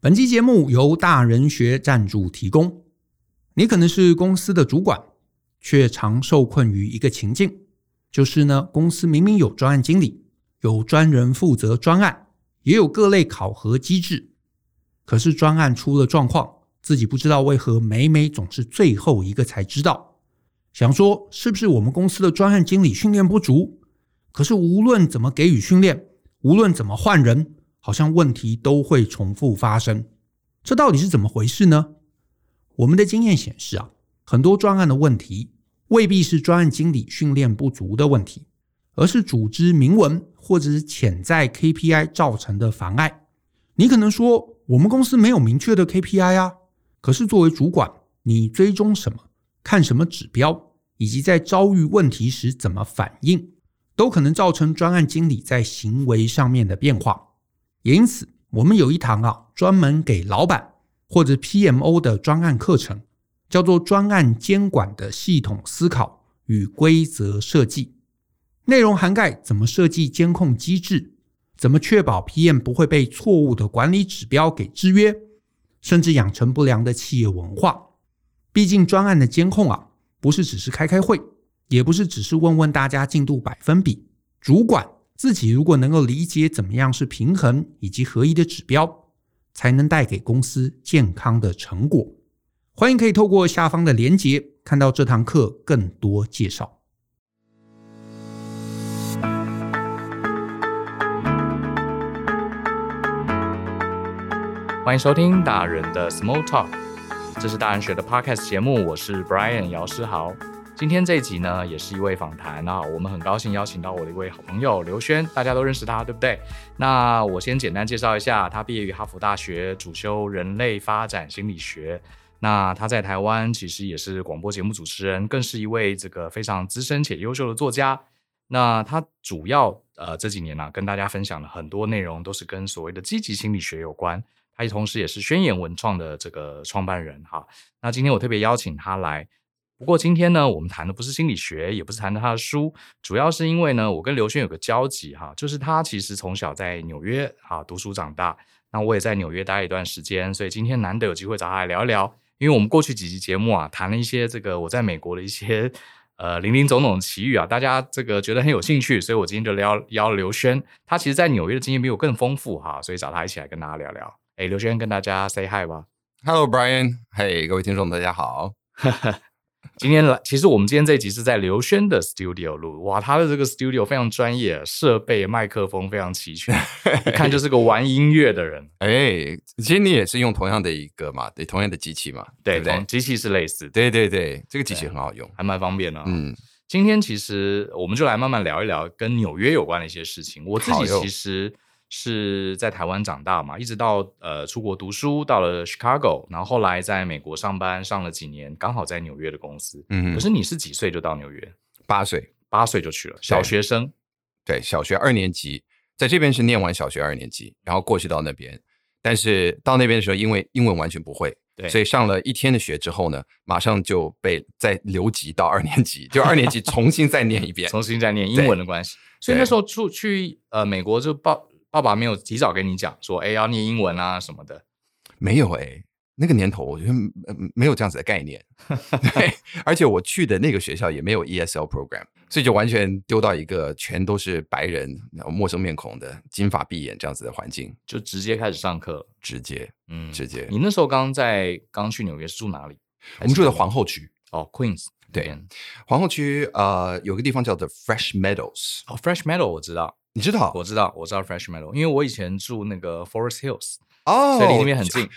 本期节目由大人学赞助提供。你可能是公司的主管，却常受困于一个情境，就是呢，公司明明有专案经理，有专人负责专案，也有各类考核机制，可是专案出了状况，自己不知道为何每每总是最后一个才知道，想说是不是我们公司的专案经理训练不足？可是无论怎么给予训练，无论怎么换人，好像问题都会重复发生，这到底是怎么回事呢？我们的经验显示啊，很多专案的问题未必是专案经理训练不足的问题，而是组织明文或者是潜在 KPI 造成的妨碍。你可能说我们公司没有明确的 KPI 啊，可是作为主管，你追踪什么、看什么指标，以及在遭遇问题时怎么反应，都可能造成专案经理在行为上面的变化。也因此，我们有一堂啊，专门给老板或者 PMO 的专案课程，叫做《专案监管的系统思考与规则设计》，内容涵盖怎么设计监控机制，怎么确保 PM 不会被错误的管理指标给制约，甚至养成不良的企业文化。毕竟专案的监控啊，不是只是开开会，也不是只是问问大家进度百分比。主管自己如果能够理解怎么样是平衡以及合一的指标，才能带给公司健康的成果。欢迎可以透过下方的连结看到这堂课更多介绍。欢迎收听大人的 Small Talk，这是大人学的 Podcast 节目，我是 Brian 姚诗豪。今天这一集呢，也是一位访谈啊，我们很高兴邀请到我的一位好朋友刘轩，大家都认识他，对不对？那我先简单介绍一下，他毕业于哈佛大学，主修人类发展心理学。那他在台湾其实也是广播节目主持人，更是一位这个非常资深且优秀的作家。那他主要呃这几年呢、跟大家分享了很多内容，都是跟所谓的积极心理学有关。他同时也是宣言文创的这个创办人哈。那今天我特别邀请他来，不过今天呢，我们谈的不是心理学，也不是谈的他的书，主要是因为呢，我跟刘轩有个交集哈，就是他其实从小在纽约哈读书长大，那我也在纽约待一段时间，所以今天难得有机会找他来聊一聊，因为我们过去几集节目啊，谈了一些这个我在美国的一些。呃，林林总总的奇遇啊，大家这个觉得很有兴趣，所以我今天就邀邀刘轩，他其实，在纽约的经验比我更丰富哈，所以找他一起来跟大家聊聊。哎，刘轩跟大家 say hi 吧。 Hello Brian，嘿、各位听众大家好。今天来，其实我们今天这一集是在刘轩的 studio 录，哇，他的这个 studio 非常专业，设备、麦克风非常齐全，一看就是个玩音乐的人。哎、其实你也是用同样的一个嘛，对，同样的机器嘛，对，不同 对？机器是类似，的，对对对，这个机器很好用。还蛮方便的、嗯，嗯，今天其实我们就来慢慢聊一聊跟纽约有关的一些事情。我自己好哟其实是在台湾长大嘛，一直到呃出国读书，到了 Chicago，然后后来在美国上班上了几年，刚好在纽约的公司。嗯可是你是几岁就到纽约？八岁，八岁就去了，小学生。对，小学二年级，在这边是念完小学二年级，然后过去到那边，但是到那边的时候，因为英文完全不会。对所以上了一天的学之后呢，马上就被再留级到二年级，就二年级重新再念一遍。 重新再念英文的关系。所以那时候出去呃美国就爸爸爸没有提早跟你讲说，哎，要念英文啊什么的。没有哎、那个年头我觉得呃没有这样子的 概念，对，而且我去的那个学校也没有 ESL program，所以就完全丢到一个全都是白人、然后陌生面孔的金发碧眼这样子的环境，就直接开始上课了，直接嗯，直接你那时候刚在刚去纽约是住哪里？我们住在皇后区，哦，Queens 对那边皇后区呃有个地方叫做 Fresh Meadows，哦，Fresh Meadow 我知道，你知道我知道，我知道 Fresh Meadow，因为我以前住那个 Forest Hills，哦所以离那边很近，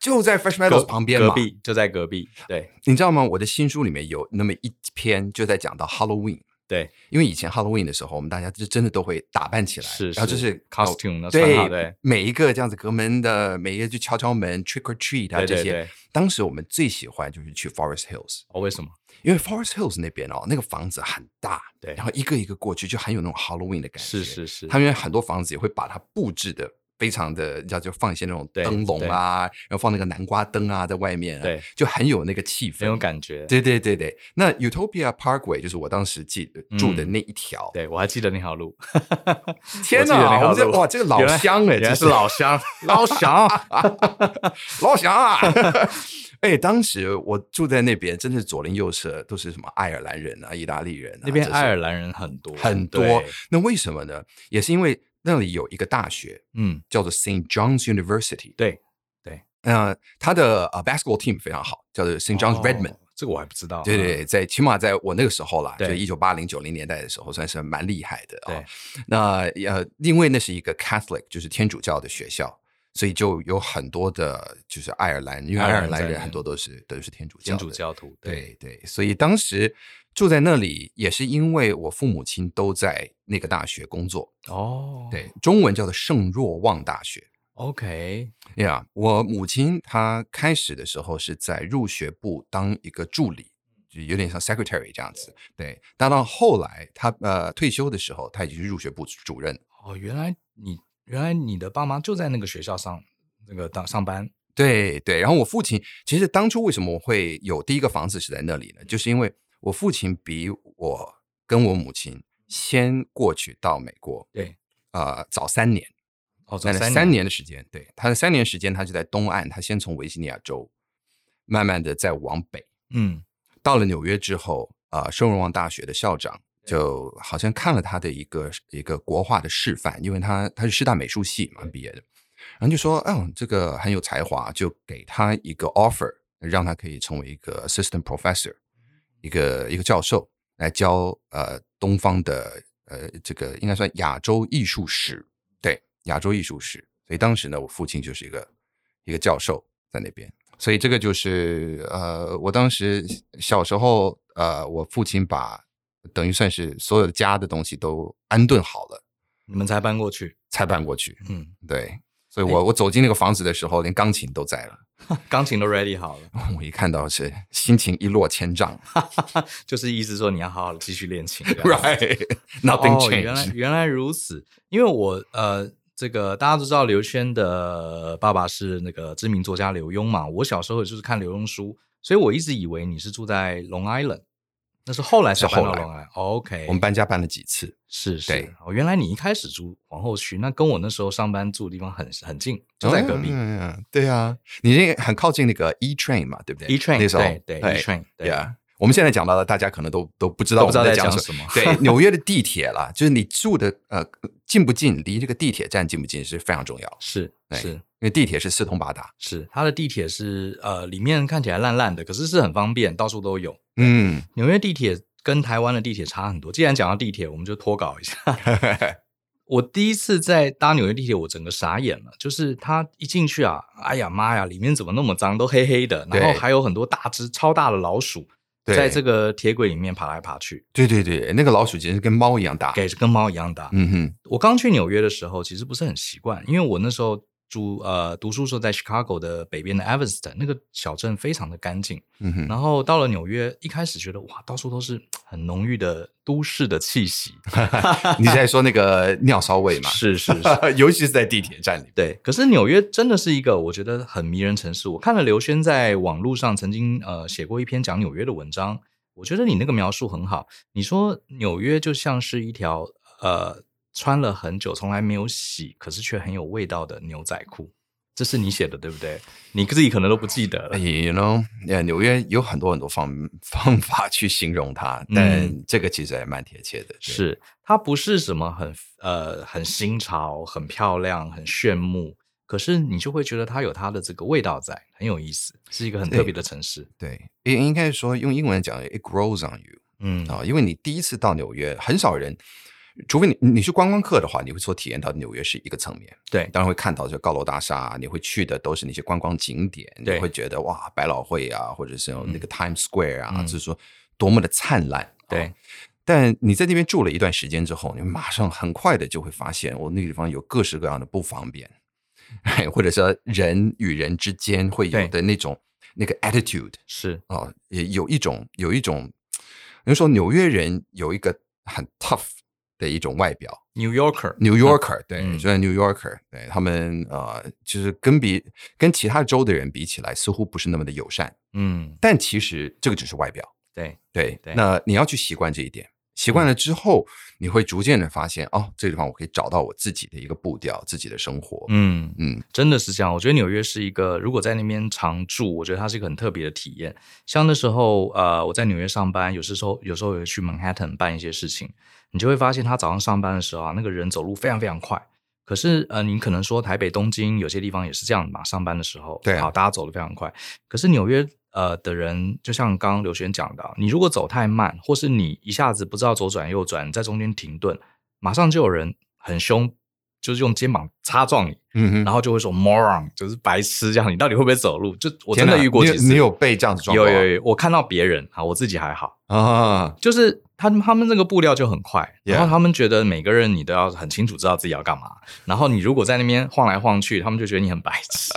就在 Fresh 隔 Meadows 旁边隔嘛。壁就在隔壁，对你知道吗？我的新书里面有那么一篇就在讲到 Halloween。对因为以前 Halloween 的时候，我们大家就真的都会打扮起来，是然后就是哦是 costume，那穿好对对每一个这样子隔门的，每一个去敲敲门，trick or treat 啊对这对些。对，当时我们最喜欢就是去 Forest Hills，哦，为什么？因为 Forest Hills 那边哦，那个房子很大，对然后一个一个过去就很有那种 Halloween 的感觉。是，是是，他们有很多房子也会把它布置的非常的，你知道，就放一些那种对灯笼啊，然后放那个南瓜灯啊，在外面、啊，对，就很有那个气氛，很有感觉。对对对对，那 Utopia Parkway 就是我当时记嗯住的那一条。对，我还记得那条路，天我记得那哪，条我们这路哇，这个老 原来乡哎，原来这是老 乡，老乡，老乡啊！ 哎，当时我住在那边，真是左邻右舍都是什么爱尔兰人啊、意大利人啊， 那边这是爱尔兰人很多很多对。那为什么呢？也是因为那里有一个大学嗯，叫做 St. John's University，对，那、它的呃 basketball team 非常好，叫做 St. John's 哦 Redmond。这个我还不知道，嗯对对，在起码在我那个时候啦，就对一九八零九零年代的时候，算是蛮厉害的啊、对那呃，因为那是一个 Catholic，就是天主教的学校，所以就有很多的，就是爱尔兰，因为爱爱尔兰尔兰在人那很多都是都是天主教天的，主教徒，对，对对，所以当时住在那里也是因为我父母亲都在那个大学工作，哦，对，中文叫做圣若望大学。 ，OK，呀我母亲她开始的时候是在入学部当一个助理，就有点像 secretary 这样子。对，但到后来她呃退休的时候，她已经是入学部主任。哦，原来你原来你的爸妈就在那个学校上那个当上班，对对，然后我父亲其实当初为什么我会有第一个房子是在那里呢？就是因为我父亲比我跟我母亲先过去到美国，对，呃，早三年，哦，这那三三年的时间，对，他的三年时间，他就在东岸，他先从维吉尼亚州慢慢的再往北。嗯，到了纽约之后，呃，圣若望大学的校长就好像看了他的一个一个国画的示范，因为他他是师大美术系嘛毕业的，然后就说，嗯、这个很有才华，就给他一个 offer，让他可以成为一个 assistant professor，一个一个教授来教呃东方的呃这个应该算亚洲艺术史，对，亚洲艺术史。所以当时呢，我父亲就是一个一个教授在那边。所以这个就是呃，我当时小时候，呃，我父亲把等于算是所有的家的东西都安顿好了，你们才搬过去，才搬过去。嗯，对，所以我我走进那个房子的时候，连钢琴都在了。 钢琴都 ready 好了， 我一看到是心情一落千丈就是意思说你要好好地继续练琴这样子 ，right，nothing 哦，原来 changed，原来如此，因为我呃，这个大家都知道刘轩的爸爸是那个知名作家刘墉嘛，我小时候就是看刘墉书，所以我一直以为你是住在 Long Island，那是后来才是搬后到来 Long Island。OK，哦我们搬家搬了几次，是是对，哦，原来你一开始住皇后区，那跟我那时候上班住的地方很很近，就在隔壁。嗯嗯嗯对啊，你那个很靠近那个 E train 嘛，对不对 E train，那时候对对 E train，对 y e 我们现在讲到的，大家可能都都不知道都我不知道在们讲讲什么。什么。对，纽约的地铁啦， 就是你住的呃近不近，离这个地铁站近不近是非常重要，是对是因为地铁是四通八达。是，它的地铁是呃，里面看起来烂烂的，可是是很方便，到处都有。嗯， 纽约地铁跟台湾的地铁差很多。既然讲到地铁，我们就脱稿一下。 我第一次在搭纽约地铁，我整个傻眼了，就是它一进去啊，哎呀妈呀，里面怎么那么脏，都黑黑的，然后对还有很多大只、超大的老鼠对在这个铁轨里面爬来爬去，对对对，那个老鼠简直跟猫一样大。给跟猫一样大。嗯哼，我刚去纽约的时候，其实不是很习惯，因为我那时候住呃读书时候在 Chicago 的北边的 Evanston 那个小镇非常的干净，嗯哼，然后到了纽约，一开始觉得哇，到处都是很浓郁的都市的气 息，你在说那个尿骚味 嘛？是是是， 尤其是在地铁站里。对。可是纽约真的是一个我觉得很迷人城市。我看了刘轩在网络上曾经呃写过一篇讲纽约的文章，我觉得你那个描述很好。你说纽约就像是一条呃穿了很久从来没有洗，可是却很有味道的牛仔裤，这是你写的对不对？你自己可能都不记得了哎。，you know，呃纽约有很多很多方方法去形容它，嗯但这个其实还蛮贴切的。对，是它不是什么很呃很新潮、很漂亮、很炫目，可是你就会觉得它有它的这个味道在，很有意思，是一个很特别的城市。对，应应该说用英文讲，it grows on you。嗯，啊、因为你第一次到纽约，很少人，除非你你是观光客的话，你会所体验到纽约是一个层面，对当然会看到这高楼大厦啊，你会去的都是那些观光景点，你对会觉得哇，百老汇啊，或者是有那个 Times Square 啊，嗯就是说多么的灿烂，对啊但你在那边住了一段时间之后，你马上很快的就会发现，我那个地方有各式各样的不方便， 或者说人与人之间会有对的那种那个 attitude，是啊，也有一种有一种，人说纽约人有一个很 tough 的一种外表。 New Yorker， New Yorker，对，嗯就在 New Yorker，对他们呃，就是跟比跟其他州的人比起来，似乎不是那么的友善，嗯，但其实这个只是外表，对，对，对嗯那你要去习惯这一点，习惯了之后，你会逐渐的发现，哦，这地方我可以找到我自己的一个步调，自己的生活，嗯，嗯真的是这样，我觉得纽约是一个，如果在那边常住，我觉得它是一个很特别的体验。像那时候，呃，我在纽约上班，有时候有时候也去 Manhattan 办一些事情，你就会发现他早上上班的时候啊，那个人走路非常非常快。可是，呃，你可能说台北、东京有些地方也是这样嘛，上班的时候，对啊好，大家走得非常快。可是纽约，呃，的人就像刚刚刘璇讲的啊，你如果走太慢，或是你一下子不知道左转右转，在中间停顿，马上就有人很凶，就是用肩膀擦撞你。嗯然哼。后就会说 moron，就是白痴这样，你到底会不会走路？就我真天的哪遇过你几有次，你有被这样子撞有过？有有，我看到别人啊，我自己还好，啊，就是他们他们这个步调就很快 Yeah 然后他们觉得每个人你都要很清楚知道自己要干嘛，然后你如果在那边晃来晃去，他们就觉得你很白 痴。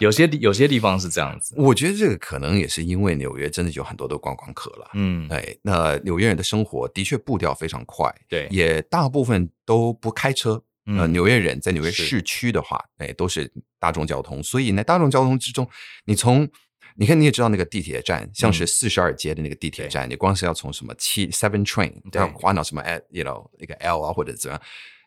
有些地有些地方是这样子，我觉得这个可能也是因为纽约真的有很多的观光客了。嗯，哎，那纽约人的生活的确步调非常快，对，也大部分都不开车。嗯呃，纽约人在纽约是市区的话，哎，都是大众交通，所以呢，大众交通之中，你从你看你也知道那个地铁站，像嗯是四十二街的那个地铁站，你光是要从什么七 Seven Train 对要花到什么 you know 那个 L 啊或者怎么样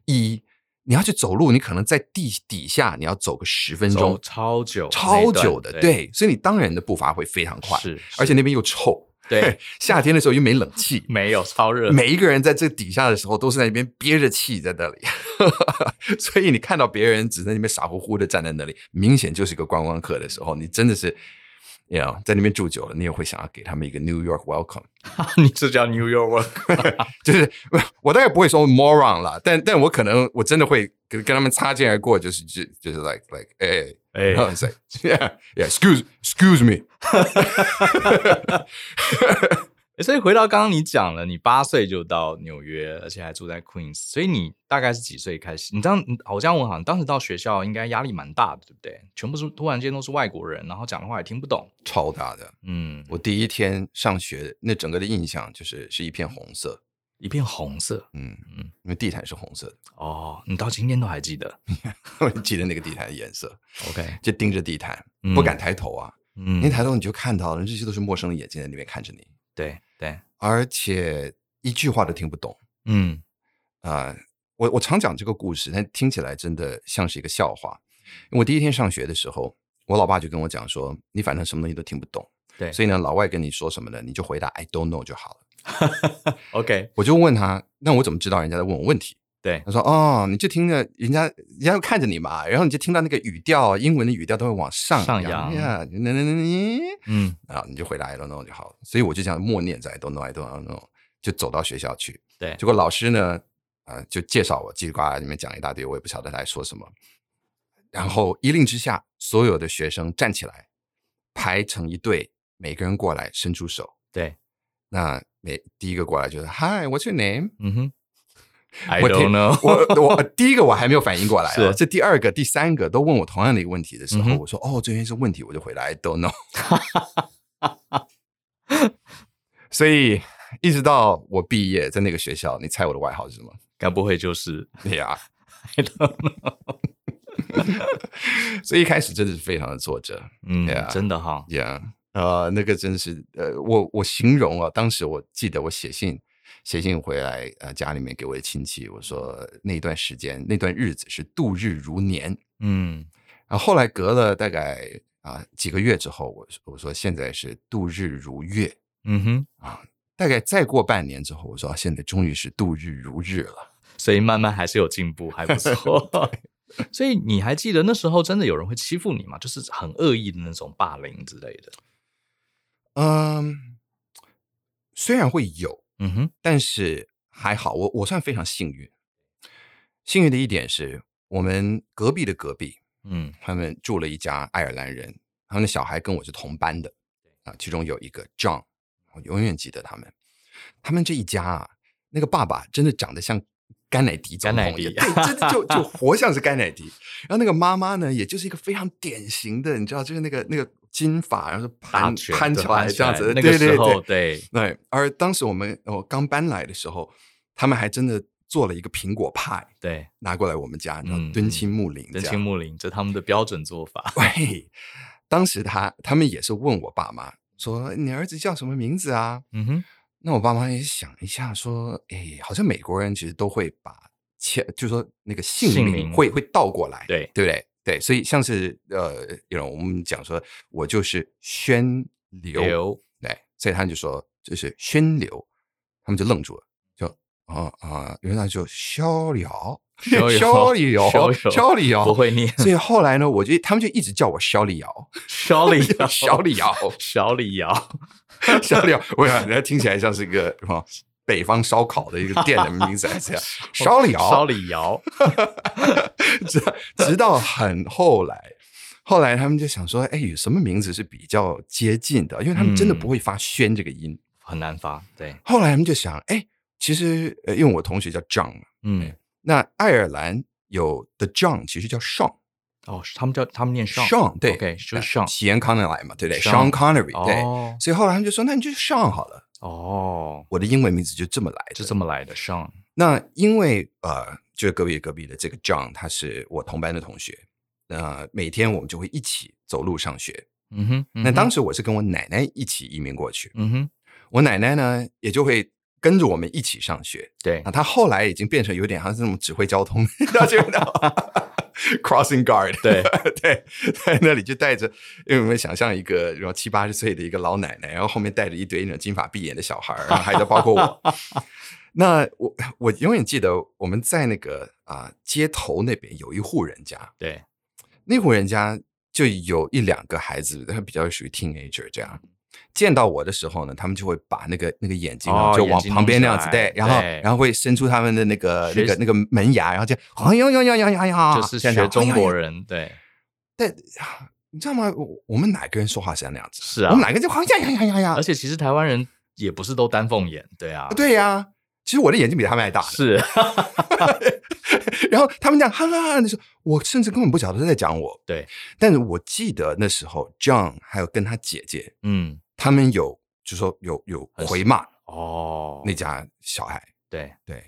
一，你要去走路，你可能在地底下你要走个十分走钟，超久超久的，那一段对，所以你当然的步伐会非常快，是，而且是那边又臭，对 夏天的时候又没冷气，没有超热，每一个人在这底下的时候，都是在那边憋着气在那里， 所以你看到别人只在那边傻乎乎的站在那里，明显就是一个观光客的时候，你真的是，you know，在那边住久了，你也会想要给他们一个 New York welcome， 你这叫 New York，就是 我大概不会说 moron 啦，但但我可能我真的会跟跟他们擦肩而过，就是就就是 like like 哎、哎然后 it's like yeah yeah excuse excuse me，欸所以回到刚刚你讲了，你八岁就到纽约，而且还住在 Queens，所以你大概是几岁开始？你这样，好像我好像当时到学校应该压力蛮大的，对不对？全部是突然间都是外国人，然后讲的话也听不懂。超大的，嗯，我第一天上学那整个的印象就是是一片红色，一片红色嗯嗯嗯，因为地毯是红色的。 哦，你到今天都还记 得。我记得那个地毯的颜色， OK，就盯着地毯，嗯不敢抬头啊。嗯你一抬头你就看到了，这些都是陌生的眼睛在那边看着你，对对，而且一句话都听不懂嗯啊、我我常讲这个故事，但听起来真的像是一个笑话。我第一天上学的时候，我老爸就跟我讲说：“你反正什么东西都听不懂，对，所以呢，老外跟你说什么呢，你就回答 I don't know 就好了。以 OK，” 我就问他：“那我怎么知道人家在问我问题？”对他说：“哦，你就听着人家，人家看着你嘛，然后你就听到那个语调，英文的语调都会往上上扬扬呀，那那那那嗯啊，你就回答 I don't know 就好了。所以我就这样默念着 I don't know, I don't know, I don't know，就走到学校去。对结果老师呢，啊、就介绍我叽里呱啦里面讲一大堆，我也不晓得他在说什么。然后一令之下，所有的学生站起来，排成一队，每个人过来伸出手。对，那每第一个过来就是 Hi，What's your name？嗯哼，I 我听 don't know，我我第一个我还没有反应过来、啊，是这第二个、第三个都问我同样的一个问题的时候，嗯哼我说哦，这边是问题，我就回答 I don't know。所 以一直到我毕业，在那个学校，你猜我的外号是什么？该不会就是对呀、 I don't know？所以一开始真的是非常的挫折嗯 Yeah 真的哈，呀。Yeah，呃，那个真是呃，我我形容啊，当时我记得我写信写信回来，呃，家里面给我的亲戚，我说那段时间那段日子是度日如年。嗯然后后来隔了大概啊、几个月之后，我说我说现在是度日如月嗯哼。啊，大概再过半年之后，我说、啊现在终于是度日如日了。所以慢慢还是有进 步，还不错。所以你还记得那时候真的有人会欺负你吗？就是很恶意的那种霸凌之类的。嗯，虽然会有，嗯哼，但是还好，我我算非常幸运。幸运的一点是我们隔壁的隔壁，嗯他们住了一家爱尔兰人，他们的小孩跟我是同班的，啊，其中有一个 John，我永远记得他们。他们这一家啊，那个爸爸真的长得像甘乃迪总统一甘样，乃迪对，真 的就就活像是甘乃迪。然后那个妈妈呢，也就是一个非常典型的，你知道，就是那个那个金发，然后是打盘拳盘对起来这样子，那对个时对候对对，呃对。而当时我们我刚搬来的时候，他们还真的做了一个苹果派对，拿过来我们家，然嗯后敦亲睦邻这人样。情木林， 这是他们的标准做法。对，当时他他们也是问我爸妈说：“你儿子叫什么名字啊嗯哼，？”那我爸妈也想一下说：“哎，好像美国人其实都会把切，就说那个姓姓名名会会倒过来，对对不对？对，所以像是呃，有人我们讲说我就是宣刘， 刘对，哎所以他们就说就是宣刘，他们就愣住了，就啊啊，原来就逍遥，逍遥遥逍遥，逍遥，不会念，所以后来呢，我就他们就一直叫我肖立尧， 小李叫瑶，肖立尧，小李瑶，肖立尧。我想人家听起来像是一个什么北方烧烤的一个店的名字，还是这样。肖立小尧，李瑶，直直到很后来，后来他们就想说，哎，有什么名字是比较接近的？因为他们真的不会发“轩”这个音。很难发，对，后来他们就想，哎，其实呃，因为我同学叫 John 嘛，嗯，那爱尔兰有的 John 其实叫 Sean。哦，他们叫他们念 Sean， Sean，对，OK，就是 Sean，喜恩康奈来嘛，对不对 Sean ？Sean Connery，对。哦所以后来他们就说，那你就 Sean 好了。哦，我的英文名字就这么来的。就这么来的 Sean，那因为呃，就是隔壁隔壁的这个 John，他是我同班的同学，那、每天我们就会一起走路上学。嗯哼，那当时，时我是跟我奶奶一起移民过去，嗯哼，我奶奶呢也就会跟着我们一起上学。对啊，，她后来已经变成有点好像是那种指挥交通， 她就 crossing guard，对 对，在那里就带着，因为我们想象一个然后七八十岁的一个老奶奶，然后后面带着一堆那种金发碧眼的小孩儿，然后还有包 括我。那我我永远记得我们在那个啊、街头那边有一户人家，对，那户人家就有一两个孩子，他比较属于 teenager 这嗯样。见到我的时候呢，他们就会把那个那个眼睛啊、哦就往眼睛旁边那样子弄起来带，然后对然后会伸出他们的那个那学个那个门牙，然后就哎呦呦呦呦呦呦，就是这样讲学中哎呦呦国人，对，但啊你知道吗？我我们哪个人说话是那样子？是啊我们哪个人就好像呀呀呀呀而呀？且其实台湾人也不是都丹凤眼，对啊，对呀、其实我的眼睛比他们还大。是， 然后他们这样哈啦哈啦的时候，我甚至根本不晓得他在讲我。对，但是我记得那时候 John 还有跟他姐姐，嗯，他们有就说有有回骂哦，那家小孩，对，对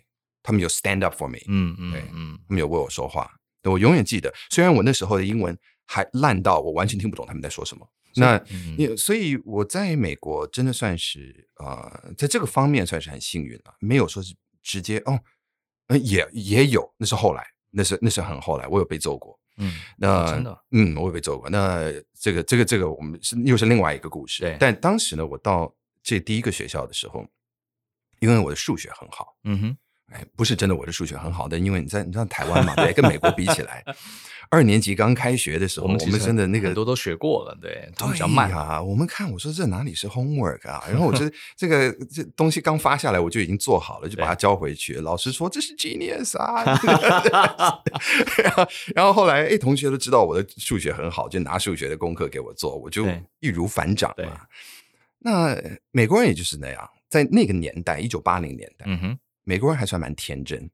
他们有 stand up for me，、嗯嗯对嗯，他们有为我说话。对我永远记得，虽然我那时候的英文还烂到我完全听不懂他们在说什么。那嗯也所以我在美国真的算是呃，在这个方面算是很幸运了，没有说是直接哦，呃也也有，那是后来，那是那是很后来，我有被揍过。嗯，那、哦真的，嗯，我有被揍过。那这个这个这个，我们是又是另外一个故事。对但当时呢，我到这第一个学校的时候，因为我的数学很好，嗯哼，哎，不是真的，我的数学很好的，因为你在你知道台湾嘛，对，跟美国比起 来，二年级刚开学的时候，我们其实 真的那很个多都学过了，对，他们比较对慢，啊。我们看，我说这哪里是 homework 啊？然后我这这个这东西刚发下来，我就已经做好了，就把它交回去。老师说这是 genius 啊。然后 然后后来，哎，同学都知道我的数学很好，就拿数学的功课给我做，我就对易如反掌对嘛。那美国人也就是那样，在那个年代，一九八零年代，嗯哼，美国人还算蛮天真，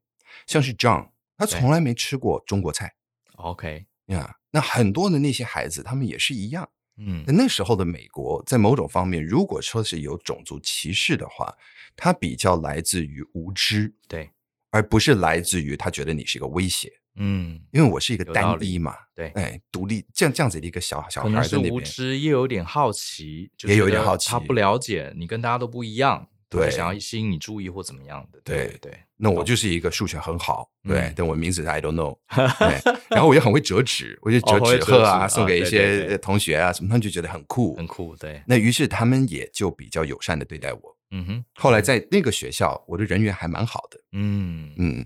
像是 John，他从来没吃过中国菜 OK，呀。那很多的那些孩子，他们也是一样。嗯那时候的美国，在某种方面，如果说是有种族歧视的话，它比较来自于无知，对，而不是来自于他觉得你是一个威胁。嗯，因为我是一个有道单理一嘛，对哎，独立这样这样子的一个小小可孩能儿是在那无边，知，又有点好奇，就也有一觉点得好奇他不了解你，跟大家都不一样，他就对想要吸引你注意或怎么样的，对对对，那我就是一个数学很好，哦嗯对，但我名字是 I don't know，对，然后我又很会折纸，我就折哦会纸鹤啊，折纸送给一啊对对对些同学啊什么，他们就觉得很酷很。酷，对，那于是他们也就比较友善的对待我。嗯哼，后来在那个学校，我的人缘还蛮好的，嗯嗯，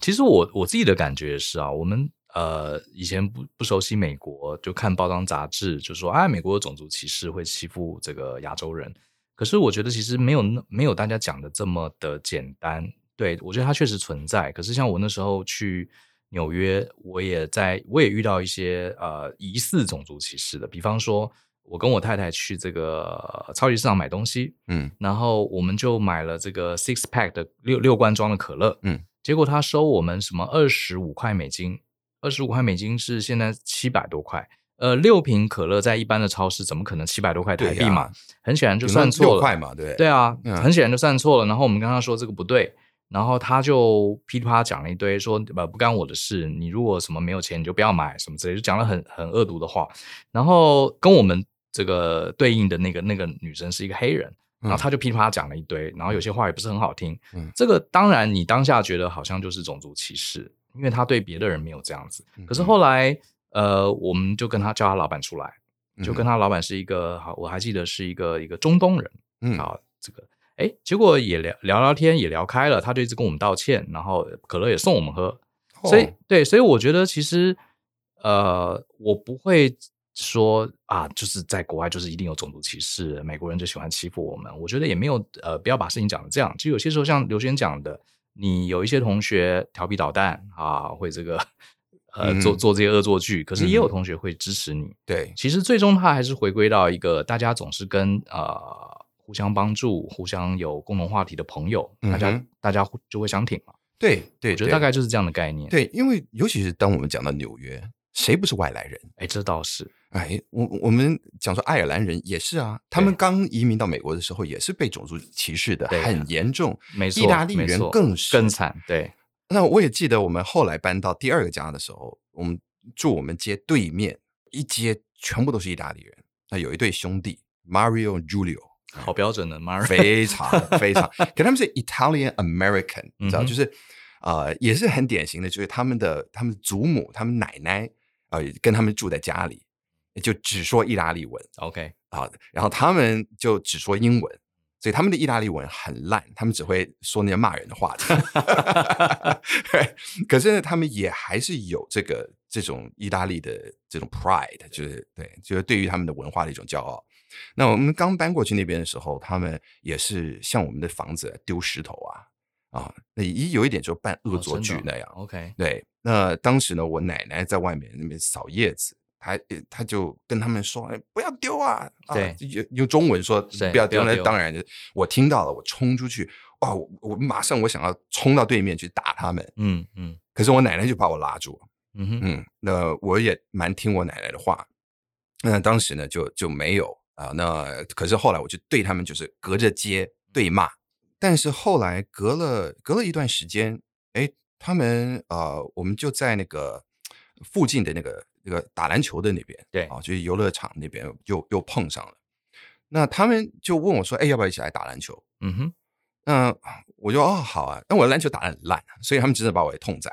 其实我我自己的感觉也是啊，我们呃以前不不熟悉美国，就看报章杂志就说啊，美国有种族歧视会欺负这个亚洲人。可是我觉得其实没有那没有大家讲的这么的简单。对我觉得它确实存在。可是像我那时候去纽约，我也在我也遇到一些呃疑似种族歧视的，比方说我跟我太太去这个呃超级市场买东西，嗯，然后我们就买了这个 six pack 的六六罐装的可乐，嗯，结果他收我们什么二十五块美金，二十五块美金是现在七百多块，呃，六瓶可乐在一般的超市怎么可能七百多块台币嘛？对呀很显然就有那算错六了，块嘛，对不对对啊，嗯很显然就算错了。然后我们跟他说这个不对，然后他就噼里啪啦讲了一堆说，呃，不干我的事，你如果什么没有钱，你就不要买什么之类，就讲了很很恶毒的话。然后跟我们这个对应的那个那个女生是一个黑人，嗯然后他就噼里啪啦讲了一堆，然后有些话也不是很好听。嗯这个当然你当下觉得好像就是种族歧视，因为他对别的人没有这样子。嗯可是后来，呃，我们就跟他叫他老板出来，嗯就跟他老板是一个，好，我还记得是一个一个中东人。嗯好，这个哎，结果也聊聊聊天，也聊开了，他就一直跟我们道歉，然后可乐也送我们喝，所以哦对，所以我觉得其实呃，我不会说啊，就是在国外就是一定有种族歧视，美国人就喜欢欺负我们，我觉得也没有呃，不要把事情讲的这样，其实有些时候像刘轩讲的，你有一些同学调皮捣蛋啊，会这个。 呃，做嗯做这些恶作剧，可是也有嗯同学会支持你，对，其实最终它还是回归到一个大家总是跟呃互相帮助、互相有共同话题的朋友，大家、嗯哼大家互就会相挺嘛。对对，我觉对得大概就是这样的概念。，对，因为尤其是当我们讲到纽约，谁不是外来人？哎，这倒是，哎，我我们讲说爱尔兰人也是啊，他们刚移民到美国的时候也是被种族歧视的，对啊很严重。没错，意大利没人错更是更惨。 对，那我也记得我们后来搬到第二个家的时候，我们住我们街对面，一街全部都是意大利人。那有一对兄弟 Mario Giulio，好标准的 m a r 非常 非常，可他们是 Italian American，你知道，嗯哼就是呃，也是很典型的，就是他们的他们祖母、他们奶奶，呃，跟他们住在家里，就只说意大利文 OK，啊，然后他们就只说英文。所以他们的意大利文很烂，他们只会说那些骂人的话。 对可是呢，他们也还是有这个这种意大利的这种 pride，就是对，就是对于他们的文化的一种骄傲。那我们刚搬过去那边的时候，他们也是像我们的房子丢石头啊啊，那也有一点就办恶哦作真的剧哦那样。 OK，对，那当时呢，我奶奶在外面那边扫叶子，她呃她就跟他们说：“哎，不要丢啊！”啊对用用中文说对不要不丢。要那丢当然，我听到了，我冲出去，哇！我我马上我想要冲到对面去打他们，嗯嗯可是我奶奶就把我拉住。嗯哼，嗯，那我也蛮听我奶奶的话。那当时呢，就就没有啊、那可是后来我就对他们就是隔着街对骂，但是后来隔了隔了一段时间，哎，他们呃，我们就在那个附近的那个那个打篮球的那边，对啊，就是游乐场那边又又碰上了。那他们就问我说：“哎，要不要一起来打篮球？”嗯哼，那我就哦好啊，但我的篮球打得很烂，所以他们只能把我给痛宰。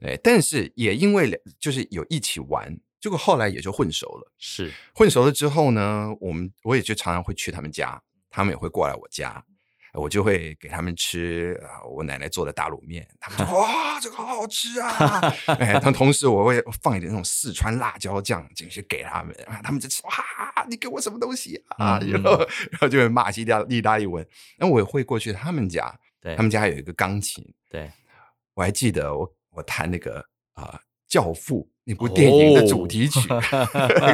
哎，但是也因为两就是有一起玩，结果后来也就混熟了。是混熟了之后呢，我们我也就常常会去他们家，他们也会过来我家，我就会给他们吃啊我奶奶做的大卤面，他 们就哇这个好好吃啊！ 哎，但同时我会放一点那种四川辣椒酱进去给他们，啊，他们就吃哇你给我什么东西啊？嗯然后然后就会骂意大意大利文，那我也会过去他们家，对他们家有一个钢琴， 对，我还记得我我弹那个啊、呃教父》那部电影的主题曲、 哦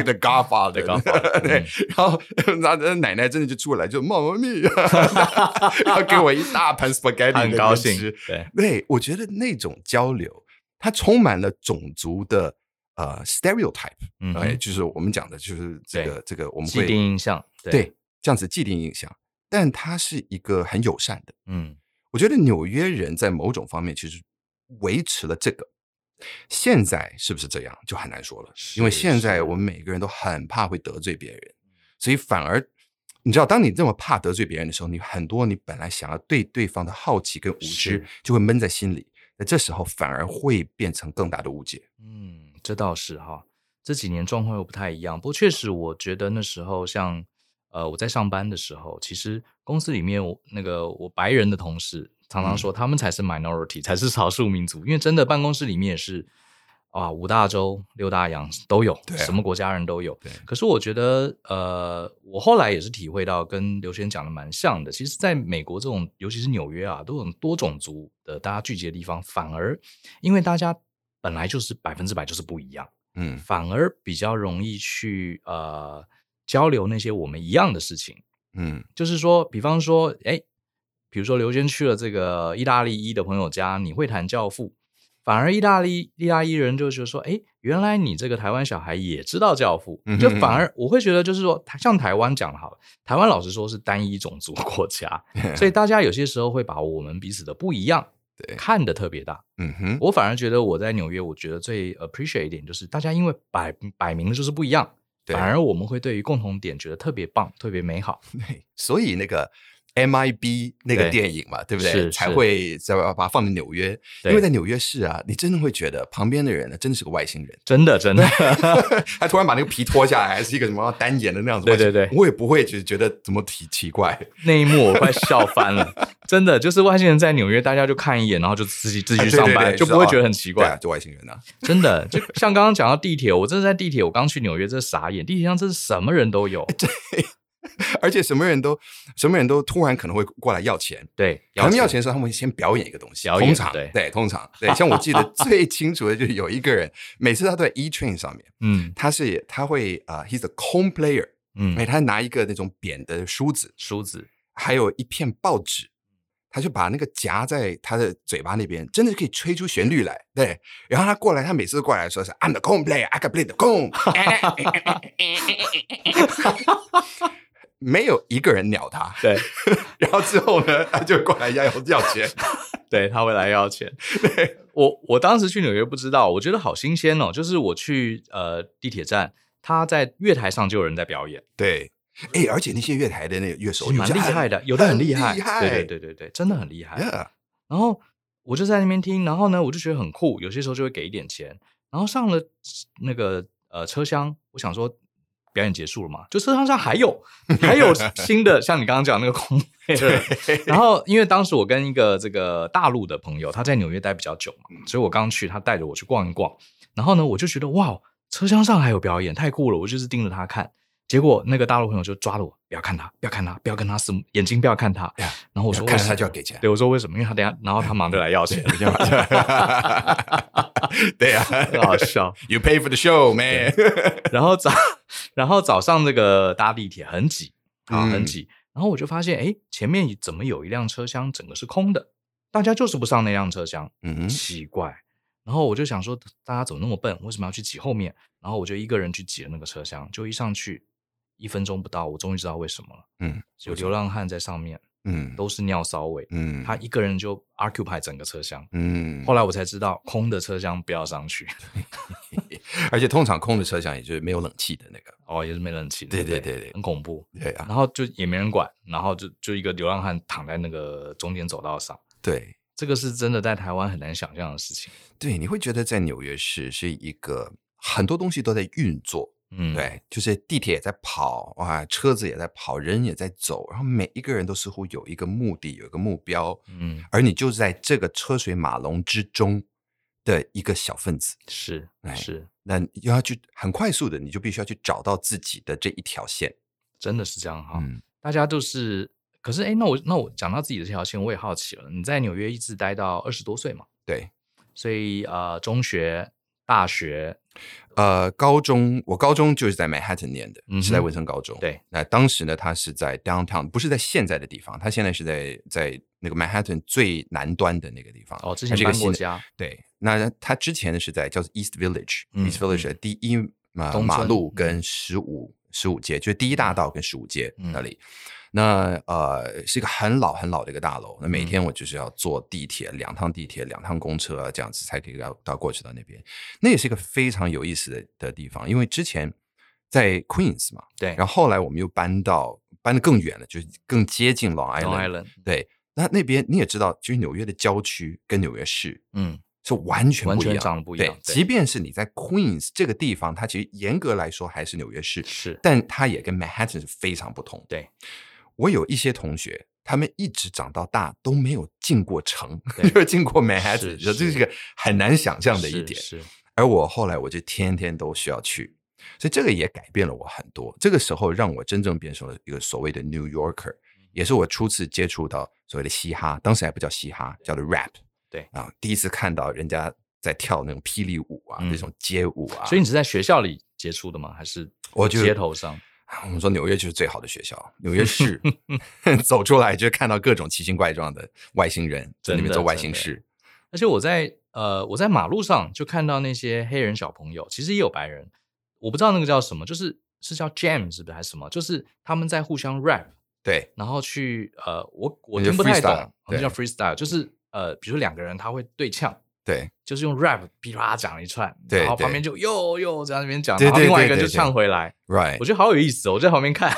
The Godfather， The Godfather，对嗯，然后那那奶奶真的就出来就冒冒蜜， 然后给我一 大盘 spaghetti，他很在那边高兴吃。对，对，我觉得那种交流，它充满了种族的呃 stereotype，嗯哎、哼，就是我们讲的就是这个这个我们既会定印象，对，对这样子既定印象，但它是一个很友善的。嗯我觉得纽约人在某种方面其实维持了这个。现在是不是这样就很难说了，因为是现在是嗯我们每个人都很怕会得罪别人，所以反而你知道，当你这么怕得罪别人的时候，你很多你本来想要对对方的好奇跟无知是就会闷在心里，那这时候反而会变成更大的误解。嗯，这倒是哈。这几年状况又不太一样，不过确实，我觉得那时候像呃，我在上班的时候，其实公司里面我那个我白人的同事常嗯常说，他们才是 minority，、才是少数民族，因为真的办公室里面也是啊，五大洲、六大洋都有，对啊什么国家人都有。对可是我觉得，呃，我后来也是体会到，跟刘轩讲的蛮像的。其实，在美国这种，尤其是纽约啊，都种多种族的大家聚集的地方，反而因为大家本来就是百分之百就是不一样。嗯反而比较容易去呃交流那些我们一样的事情。嗯就是说，比方说，哎，比如说刘娟去了这个意大利一的朋友家，你会弹教父，反而意大利意大利人就觉得说，哎，原来你这个台湾小孩也知道教父，嗯哼就反而我会觉得就是说，像台湾讲的好了，台湾老实说是单一种族国 家，所以大家有些时候会把我们彼此的不一样对看得特别大。嗯哼，我反而觉得我在纽约，我觉得最 appreciate 一点就是大家因为摆摆明了就是不一样，对反而我们会对于共同点觉得特别棒、特别美好。 所以那个 MIB 那个对电影嘛，对不对？是才是会再把它放在纽约，因对为在纽约市啊，你真的会觉得旁边的人呢，真的是个外星人。真的，真的，他突然把那个皮脱下来，还是一个什么单眼的那样子。对对对我也不会觉觉得怎么奇奇怪，那一幕我快笑翻了。真的，就是外星人在纽约，大家就看一眼，然后就自己自己去上班，哎对对对就不会觉得很奇对啊怪。就外星人啊。真的，就像刚刚讲到地铁，我真的在地铁，我刚去纽约，真的傻眼，地铁上真是什么人都哎有。而且什么人都什么人都突然可能会过来要钱。对，他们要钱的时候，他们会先表演一个东西，表演通常对通常对。像我记 得最清楚的就是有一个人，每次他都在 E Train 上面，嗯他是他会啊、h e s a cone player，哎，嗯，他拿一个那种扁的梳子，梳子，还有一片报纸，他就把那个夹在他的嘴巴那边，真的是可以吹出旋律来。对，然后他过来，他每次都过来说是 I'm the cone player, I can play the cone 。 没有一个人鸟他，对然后之后呢，他就过来要要钱。对，他会来要钱。 我我当时去纽约不知道，我觉得好新鲜哦，就是我去呃地铁站。他在月台上就有人在表演，对，哎，而且那些乐台的那个乐手蛮厉害 的，有的啊很厉害，对对对对对，真的很厉害。 Yeah, 然后我就在那边听，然后呢，我就觉得很酷，有些时候就会给一点钱。然后上了那个呃车厢，我想说表演结束了嘛，就车厢上还有还有新的，像你刚刚讲那个空 位了。然后因为当时我跟一个这个大陆的朋友，他在纽约待比较久嘛，嗯所以我刚去，他带着我去逛一逛。然后呢，我就觉得哇，车厢上还有表演，太酷了！我就是盯着他看。结果那个大陆朋友就抓了我，不要看他，不要看他，不要跟他撕，眼睛不要看他。哎呀然后我说看为到什他么就要给钱。啊对，我说为什么？因为他等下，然后他忙着来要 钱， 对呀、很好笑。 You pay for the show, man. 然后早，然后早上这个搭地铁很挤啊，嗯很挤。然后我就发现，哎，前面怎么有一辆车厢整个是空的？大家就是不上那辆车厢，嗯奇怪。然后我就想说，大家怎么那么笨？为什么要去挤后面？然后我就一个人去挤了那个车厢，就一上去，一分钟不到，我终于知道为什么了。嗯，有流浪汉在上面，嗯都是尿骚味，嗯他一个人就 occupy 整个车厢。嗯后，来我才知道，空的车厢不要上 去，而且通常空的车厢也就是没有冷气的那个。哦，也是没冷气的，对对不对对很恐怖。对啊，然后就也没人管，然后就就一个流浪汉躺在那个中间走道上，对这个是真的在台湾很难想象的事情。对，你会觉得在纽约市是一个很多东西都在运作，嗯，，对，就是地铁也在跑啊，车子也在跑，人也在走，然后每一个人都似乎有一个目的，有一个目标，嗯，而你就在这个车水马龙之中的一个小分子。是哎是，那你要去很快速的，你就必须要去找到自己的这一条线。真的是这样哈。嗯，大家都是，可是哎，那我那我讲到自己的这条线，我也好奇了，你在纽约一直待到二十多岁嘛，对。所以呃，中学、大学，呃，高中我高中就是在曼哈顿念的，嗯哼是在文森高中。对，那当时呢，他是在 downtown，不是在现在的地方，他现在是在在那个曼哈顿最南端的那个地方。哦，之它前是一个搬过新的。家，对，那他之前呢是在叫做 East Village，East、嗯 Village 的第一马、东村嗯马路跟十五十五街，就是第一大道跟十五街嗯那里。那呃是一个很老很老的一个大楼，那每嗯天我就是要坐地铁两趟地铁两趟公车这样子才可以到到过去到那边。那也是一个非常有意思的的地方，因为之前在 Queens 嘛，对，然后后来我们又搬到搬得更远了，就是更接近 Long Long Island。 Island，对，那那边你也知道，就是纽约的郊区跟纽约市嗯，是完全完不一全样，长得不一对样对即便是你在 Queens 这个地方，它其实严格来说还是纽约市，是，但它也跟 Manhattan 是非常不同。对，我有一些同学，他们一直长到大都没有进过城，对 没有进过 Manhattan，是这是是一个很难想象的一是点。是，而我后来我就天天都需要去，所以这个也改变了我很多。这个时候让我真正变成了一个所谓的 New Yorker，也嗯是我初次接触到所谓的嘻哈，当时还不叫嘻哈，叫做 rap。对啊，第一次看到人家在跳那种霹雳舞啊，嗯那种街舞啊，所以你是在学校里接触的吗？还是我就街头上？啊我们说纽约就是最好的学校，纽 约市走出来就看到各种奇形怪状的外星人在那真边的做外真星的事。而且我在呃我在马路上就看到那些黑人小朋友，其实也有白人，我不知道那个叫什么，就是是叫 jam 是不是还是什么？就是他们在互相 rap，对，然后去呃我我那就听不太懂 freestyle，，我们对叫 freestyle，就是呃比如说两个人他会对呛。对，就是用 rap 噼里啪啦讲一串，对然后对旁边就又又在那边讲，对然后对另外一对个就对对唱回来， right，我觉得好有意思哦，我在旁边 看。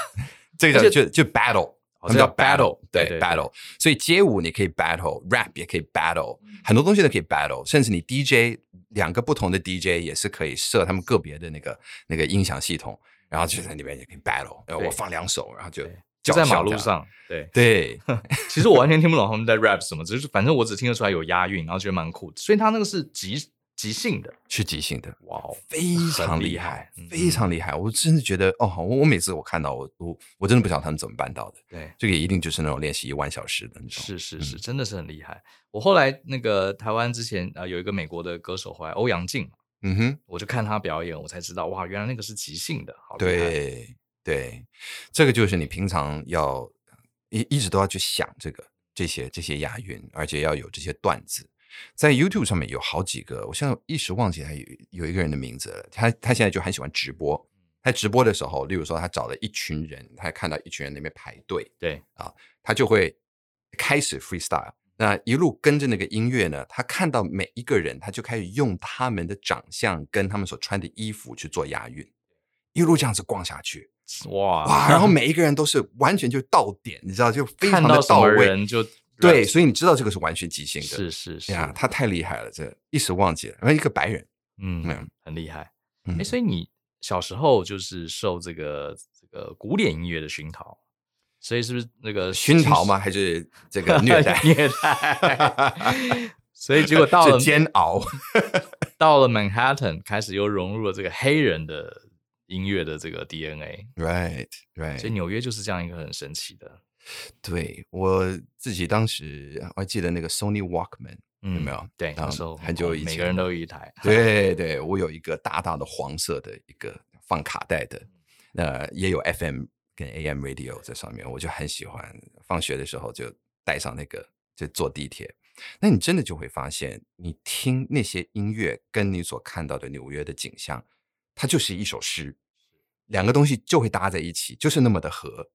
这而且个叫就就 battle，哦他们这叫叫 battle， battle，对对对对 battle。所以街舞你可以 battle，rap 也可以 battle，很嗯多东西都可以 battle，甚至你 DJ 两个不同的 DJ 也是可以设他们个别的那个那个音响系统，然后就在里面也可以 battle。然后对我放两首，然后就对就叫在嚣马这路样。上，对， 对其实我完全听不懂他们在 rap 什么，只是反正我只听得出来有押韵，然后觉得蛮酷的，所以他那个是即即兴的，是即兴的，哇哦，非常很厉厉害害嗯，非常厉害。我真的觉得，哦，我我每次我看到我我我真的不晓得他们怎么办到的。对，这个一定就是那种练习一万小时的那种。是是嗯是，真的是很厉害。我后来那个台湾之前呃有一个美国的歌手回来，欧阳靖嘛，嗯哼。我就看他表演，我才知道哇，原来那个是即兴的，好厉害，对对，这个就是你平常要一一直都要去想这个这些这些押韵，而且要有这些段子。在 YouTube 上面有好几个，我现在一时忘记他有有一个人的名字了。他他现在就很喜欢直播。他直播的时候，例如说他找了一群人，他看到一群人那边排队，对他就会开始 freestyle。那一路跟着那个音乐呢，他看到每一个人，他就开始用他们的长相跟他们所穿的衣服去做押韵，一路这样子逛下去，哇 哇！然后每一个人都是完全就到点，你知道，就非看常到的什到么位。人就 rap 对，所以你知道这个是完全即兴的。哎是是是，呀，他太厉害了，这一时忘记了。然后一个白人，嗯嗯，很厉害。嗯哎，所以你小时候就是受这个这个古典音乐的熏陶，所以是不是那个熏陶吗？？还是这个 虐待？虐待。 所以结果到了 是煎熬。到了 Manhattan，开始又融入了这个黑人的音乐的这个 DNA， Right, 所 right 以。纽约就是这样一个很神奇的，对我自己当时我还记得那个 Sony Walkman，嗯，有没有对，那嗯时候哦很久以每个前人都有一台，对对，我有一个大大的黄色的一个放卡带的，那、也有 FM 跟 AM radio 在上面，我就很喜欢。放学的时候就带上那个，就坐地铁。那你真的就会发现，你听那些音乐跟你所看到的纽约的景象，它就是一首诗，两个东西就会搭在一起，就是那么的合。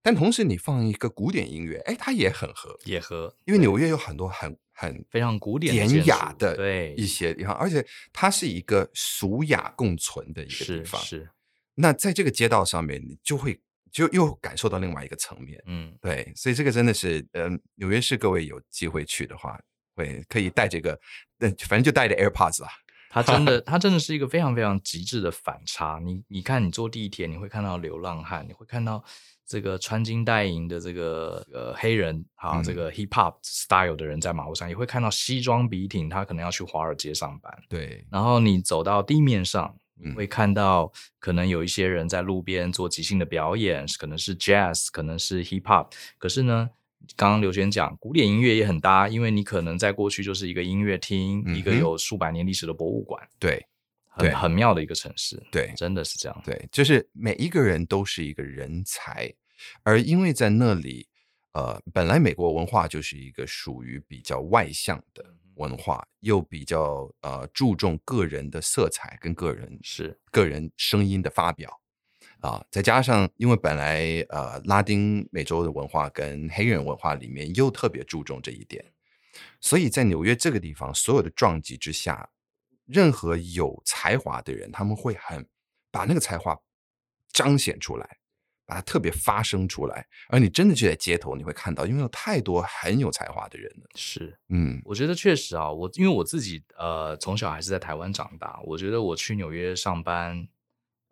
但同时，你放一个古典音乐，哎，它也很合，野合因为纽约有很多很很非常古典的建典雅筑的对一些地方，而且它是一个俗雅共存的一个地是方。是，那在这个街道上面，你就会就又感受到另外一个层面。嗯，对，所以这个真的是，嗯，纽约市各位有机会去的话，会可以带这个，嗯，反正就带着 AirPods 啊。它真的，它真的是一个非常非常极致的反差。你你看，你坐地铁，你会看到流浪汉，你会看到这个穿金戴银的这个呃黑人啊，嗯这个 hip hop style 的人在马路上，也会看到西装笔挺，他可能要去华尔街上班。对然后你走到地面上，你嗯会看到可能有一些人在路边做即兴的表演，可能是 jazz，可能是 hip hop。可是呢，刚刚刘璇讲，古典音乐也很搭，因为你可能在过去就是一个音乐厅，嗯哼一个有数百年历史的博物馆，对很对很妙的一个城市，对真的是这样。对，就是每一个人都是一个人才，而因为在那里，呃，本来美国文化就是一个属于比较外向的文化，又比较呃注重个人的色彩跟个人是个人声音的发表啊，再加上因为本来呃拉丁美洲的文化跟黑人文化里面又特别注重这一点，所以在纽约这个地方所有的撞击之下，任何有才华的人他们会很把那个才华彰显出来。把它特别发声出来，而你真的就在街头，你会看到，因为有太多很有才华的人了。是，嗯我觉得确实啊，我因为我自己呃从小还是在台湾长大，我觉得我去纽约上班，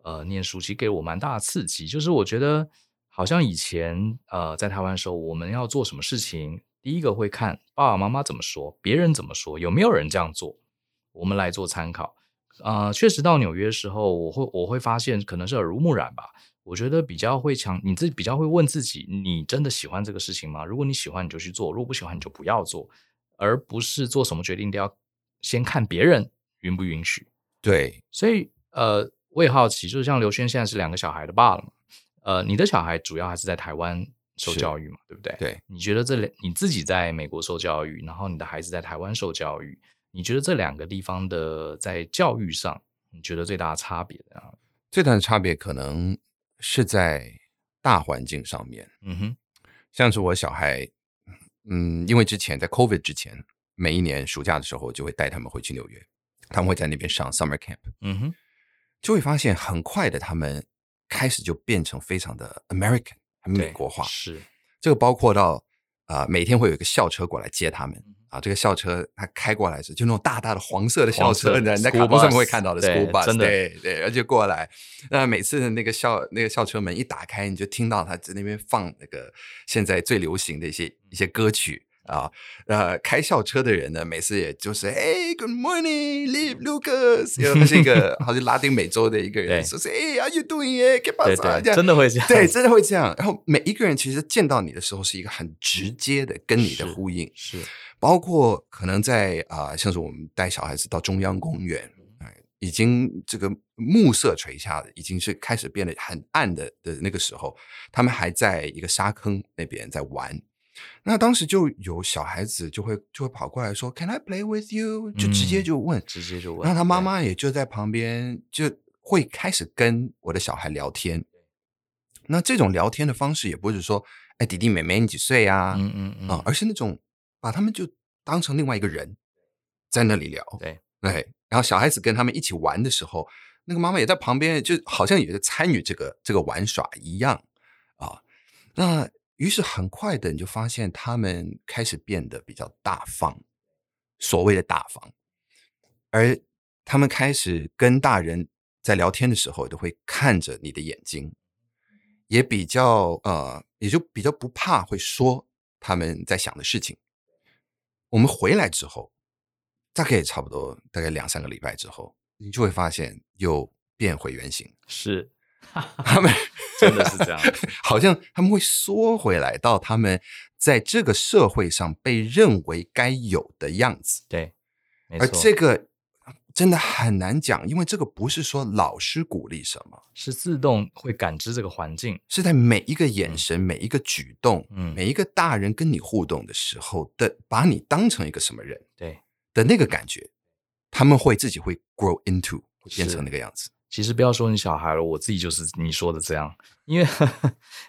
呃念书其实给我蛮大的刺激，就是我觉得好像以前呃在台湾的时候，我们要做什么事情，第一个会看爸爸妈妈怎么说，别人怎么说，有没有人这样做，我们来做参考。啊、确实到纽约的时候，我会我会发现可能是耳濡目染吧，我觉得比较会强，你自己比较会问自己，你真的喜欢这个事情吗？如果你喜欢，你就去做；如果不喜欢，你就不要做，而不是做什么决定都要先看别人允不允许。对，所以，呃，我也好奇，就是像刘轩现在是两个小孩的爸了嘛，呃，你的小孩主要还是在台湾受是教育嘛，对不对？对，你觉得这两你自己在美国受教育，然后你的孩子在台湾受教育，你觉得这两个地方的在教育上，你觉得最大的差别在哪里？最大的差别可能是在大环境上面，嗯哼，像是我小孩，嗯，因为之前在 COVID 之前，每一年暑假的时候就会带他们回去纽约，他们会在那边上 summer camp，嗯哼，就会发现很快的他们开始就变成非常的 American，很美对国化。是，这个包括到啊、呃每天会有一个校车过来接他嗯们啊，这个校车它开过来时，就那种大大的黄色的校黄车，色你在 school 卡通上 bus，面会看到的对 school bus，真的对对，而且过来，那每次的那个校那个校车门一打开，你就听到他在那边放那个现在最流行的一些嗯一些歌曲。啊，呃，开校车的人呢，每次也就是，Hey, good morning, Live Lucas，因为他是一个好像拉丁美洲的一个嗯对人，说是，Hey, are you doing? eh? ¿Qué 对 pasa？这对，样真的会这样， 对，真的会这样。然后每一个人其实见到你的时候是一个很直接的跟你的嗯是呼应，是，包括可能在啊、像是我们带小孩子到中央公园，嗯哎，已经这个暮色垂下了，已经是开始变得很暗的的那个时候，他们还在一个沙坑那边在玩。那当时就有小孩子就会就会跑过来说，Can I play with you？就直接嗯就问，直接就问，然后他妈对妈也就在旁边，就会开始跟我的小孩聊天。那这种聊天的方式也不是说，哎，弟弟妹妹你几岁啊？啊、嗯嗯嗯，而是那种把他们就当成另外一个人，在那里聊。对对，哎然后小孩子跟他们一起玩的时候，那个妈妈也在旁边，就好像也在参与这个这个玩耍一样啊。那于是很快的，你就发现他们开始变得比较大方，所谓的大方，而他们开始跟大人在聊天的时候，都会看着你的眼睛，也比较呃，也就比较不怕会说他们在想的事情。我们回来之后，大概也差不多，大概两三个礼拜之后，你就会发现又变回 原形。是，他们真的是这样， 好像他们会缩回来到他们在这个社会上被认为该有的样子，对，没而错，这个真的很难讲，因为这个不是说老师鼓励什么，是自动会感知这个环境，是在每一个眼神、每一个举动、嗯每一个大人跟你互动的时候的，把你当成一个什么人对，的那个感觉，他们会自己会 grow into，会变是成那个样子。其实不要说你小孩了，我自己就是你说的这样，因为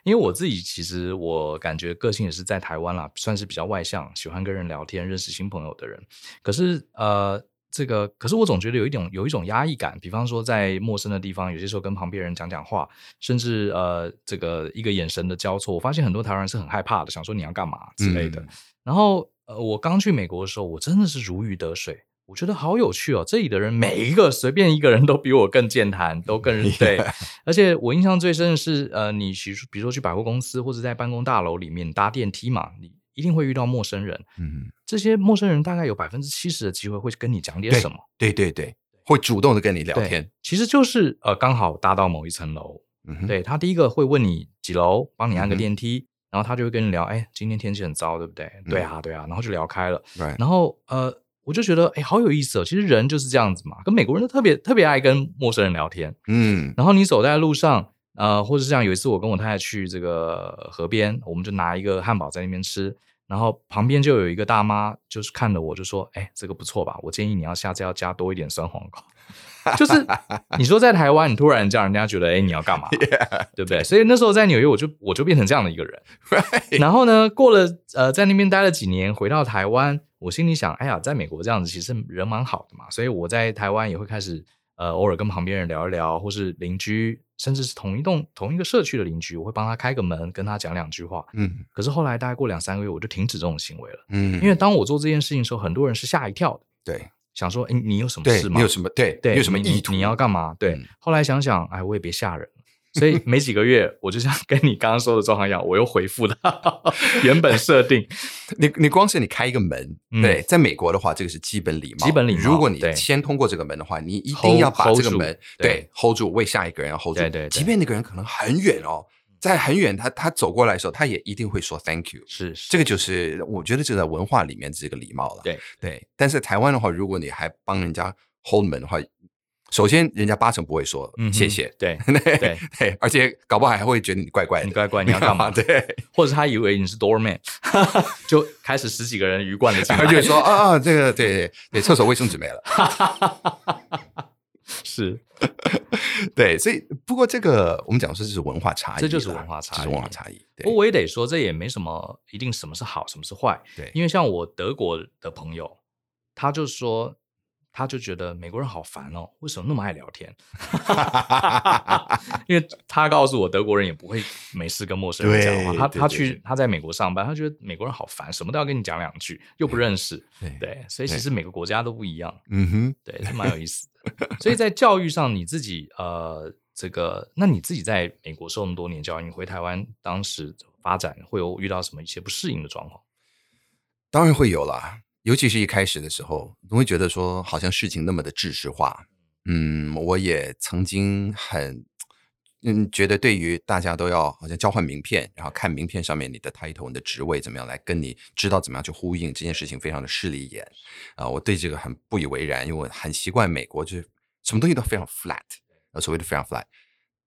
因为我自己其实我感觉个性也是在台湾啦，算是比较外向，喜欢跟人聊天、认识新朋友的人。可是呃，这个可是我总觉得有一种有一种压抑感，比方说在陌生的地方，有些时候跟旁边人讲讲话，甚至呃这个一个眼神的交错，我发现很多台湾人是很害怕的，想说你要干嘛之类的。嗯然后呃，我刚去美国的时候，我真的是如鱼得水。我觉得好有趣哦！这里的人每一个随便一个人都比我更健谈，都更 对。而且我印象最深的是，呃，你去比如说去百货公司或者在办公大楼里面搭电梯嘛，你一定会遇到陌生人。嗯，这些陌生人大概有百分之七十的机会会跟你讲点什么。对对对，会主动的跟你聊对天。，其实就是呃，刚好搭到某一层楼，嗯哼，对他第一个会问你几楼，帮你按个嗯哼电梯，然后他就会跟你聊，哎，今天天气很糟，对不对？对嗯啊，对啊，然后就聊开了。 ，right，然后呃，我就觉得哎，好有意思哦。其实人就是这样子嘛，跟美国人都特别特别爱跟陌生人聊天。嗯然后你走在路上，呃，或者是这样，有一次我跟我太太去这个河边，我们就拿一个汉堡在那边吃，然后旁边就有一个大妈，就是看着我就说：“哎，这个不错吧？我建议你要下次要加多一点酸黄瓜。” 就是你说在台湾，你突然叫人家觉得，哎，你要干 嘛对不对？所以那时候在纽约，我就我就变成这样的一个人。 ，right，然后呢，过了呃，在那边待了几年，回到台湾，我心里想，哎呀，在美国这样子其实人蛮好的嘛，所以我在台湾也会开始呃，偶尔跟旁边人聊一聊，或是邻居，甚至是同一栋同一个社区的邻居，我会帮他开个门，跟他讲两句话。嗯可是后来大概过两三个月，我就停止这种行为了，嗯，因为当我做这件事情的时候，很多人是吓一跳的，对想说，哎，你有什么对，事吗？你有什么对对，你有什么你意图？你要干嘛？对，嗯后来想想，哎，我也别吓人了。所以没几个月，我就像跟你刚刚说的状况一样，我又回复到 原本设定。你你光是你开一个门，嗯对，在美国的话，这个是基本礼貌。基本礼貌如果你对先通过这个门的话，你一 Hold- 定要把 hold 这个住门对对 hold 住，为下一个人要 hold 住。对对对即便那个人可能很远哦，在很远他他走过来的时候，他也一定会说 thank you。是这个 就是我觉得这在文化里面这个礼貌了。对对，但是台湾的话，如果你还帮人家 hold 门的话，首先人家八成不会说嗯哼谢谢， 对对对对，而且搞不好还会觉得你怪怪你的，乖乖，你要干嘛？啊对，或者是他以为你是 doorman，就开始十几个人鱼贯的进来，然后就说啊啊，这个对对对，厕所卫生 纸没了。是对，所以不过这个我们讲说这是文化差异啦，这就是文化差异这是文化差异。不对过我也得说，这也没什么一定什么是好，什么是坏。对因为像我德国的朋友，他就说，他就觉得美国人好烦哦，为什么那么爱聊天？ 因为他告诉我，德国人也不会没事跟陌生人讲话。对他对他对去对他在美国上班，他觉得美国人好烦，什么都要跟你讲两句，又不认识。对，对，所以其实每个国家都不一样。嗯哼，对，是蛮有意思的。所以在教育上，你自己呃，这个，那你自己在美国受那么多年教育，你回台湾当时发展会有遇到什么一些不适应的状况？当然会有啦，尤其是一开始的时候，总会觉得说好像事情那么的制式化。嗯，我也曾经很嗯觉得，对于大家都要好像交换名片，然后看名片上面你的 title、你的职位怎么样来跟你知道怎么样去呼应这件事情，非常的势利眼啊、我对这个很不以为然，因为我很习惯美国就是什么东西都非常 flat，呃，所谓的非常 flat。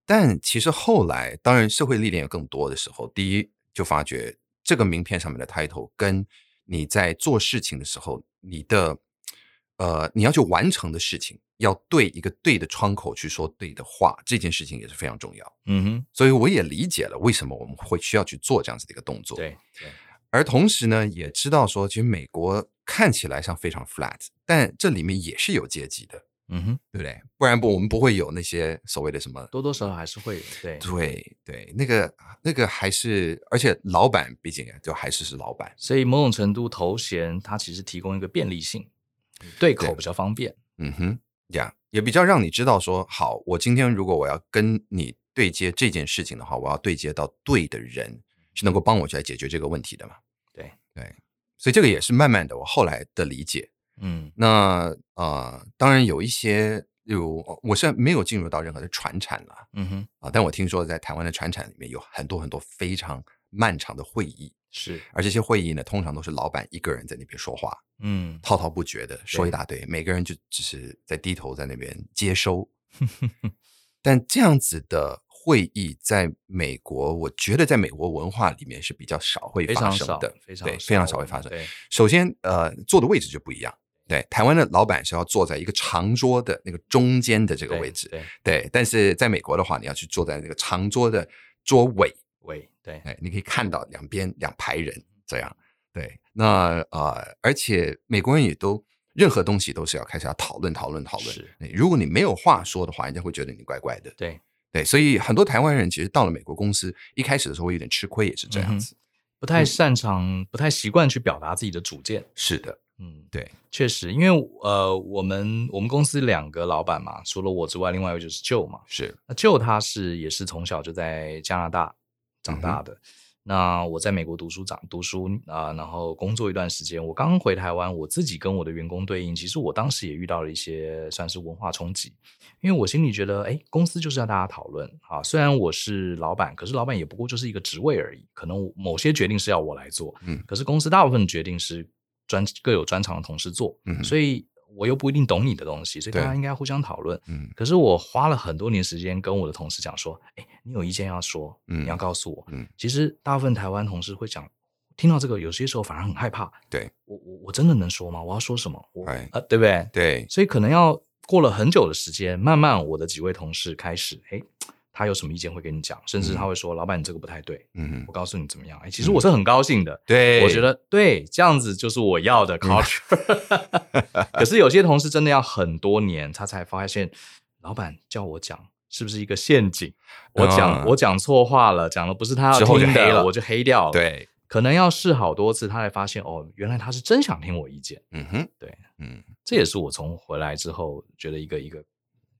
但其实后来，当然社会历练有更多的时候，第一就发觉这个名片上面的 title 跟你在做事情的时候，你的呃你要去完成的事情，要对一个对的窗口去说对的话，这件事情也是非常重要。嗯哼，所以我也理解了为什么我们会需要去做这样子的一个动作。对对，而同时呢，也知道说，其实美国看起来上非常 flat，但这里面也是有阶级的，嗯哼，对不对？不然不我们不会有那些所谓的什么多多少少还是会有对，对对，那个那个还是，而且老板毕竟就还是是老板，所以某种程度头衔它其实提供一个便利性，对口对比较方便。嗯哼，这样也比较让你知道说，好，我今天如果我要跟你对接这件事情的话，我要对接到对的人，是能够帮我去来解决这个问题的嘛？对对，所以这个也是慢慢的我后来的理解。嗯那呃，当然有一些，有我是没有进入到任何的传产了嗯哼，啊，但我听说在台湾的传产里面有很多很多非常漫长的会议。是而这些会议呢，通常都是老板一个人在那边说话，嗯滔滔不绝的说一大堆，每个人就只是在低头在那边 接收。但这样子的会议在美国，我觉得在美国文化里面是比较少会非发常生少的，，非常对，非常少会发生。对，首先，呃，坐的位置就不一样。对，台湾的老板是要坐在一个长桌的那个中间的这这个位置，对，对。但是在美国的话，你要去坐在那个长桌的桌尾，喂，对，哎，你可以看到两边两排人这样。对，那呃，而且美国人也都任何东西都是要开始要讨论讨论讨论是。哎如果你没有话说的话，人家会觉得你怪怪的。对对，所以很多台湾人其实到了美国公司，一开始的时候会有点吃亏，也是嗯这样子。不嗯太擅长，不太习惯去表达自己的主见。是的，嗯，对，确实，因为呃，我们我们公司两个老板嘛，除了我之外，另外一个就是 Joe 嘛。是那 Joe 他是也是从小就在加拿大嗯长大的。那我在美国读书长读书啊、然后工作一段时间。我刚回台湾，我自己跟我的员工对应，其实我当时也遇到了一些算是文化冲击，因为我心里觉得，哎，公司就是要大家讨论啊。虽然我是老板，可是老板也不过就是一个职位而已，可能某些决定是要我来做，嗯可是公司大部分决定是专各有专长的同事做，嗯哼所以我又不一定懂你的东西，所以大家对应该互相讨论。嗯可是我花了很多年时间跟我的同事讲说，哎，你有意见要说，嗯你要告诉我。嗯其实大部分台湾同事会讲，听到这个有些时候反而很害怕。对，我我我真的能说吗？我要说什么？我哎呃，对不对？对，所以可能要过了很久的时间，慢慢我的几位同事开始，哎，他有什么意见会跟你讲，甚至他会说，老板你这个不太对，嗯我，告诉你怎么样。哎，其实我是很高兴的，对，嗯我觉得对，这样子就是我要的 culture。可 是有些同事真的要很多年，他才发现，老板叫我讲是不是一个陷阱？我讲、嗯我讲错话了，讲的不是他要之后就听的，黑了我就黑掉了。，对，可能要试好多次，他才发现哦，原来他是真想听我意见。嗯哼，对，嗯，这也是我从回来之后觉得一个一个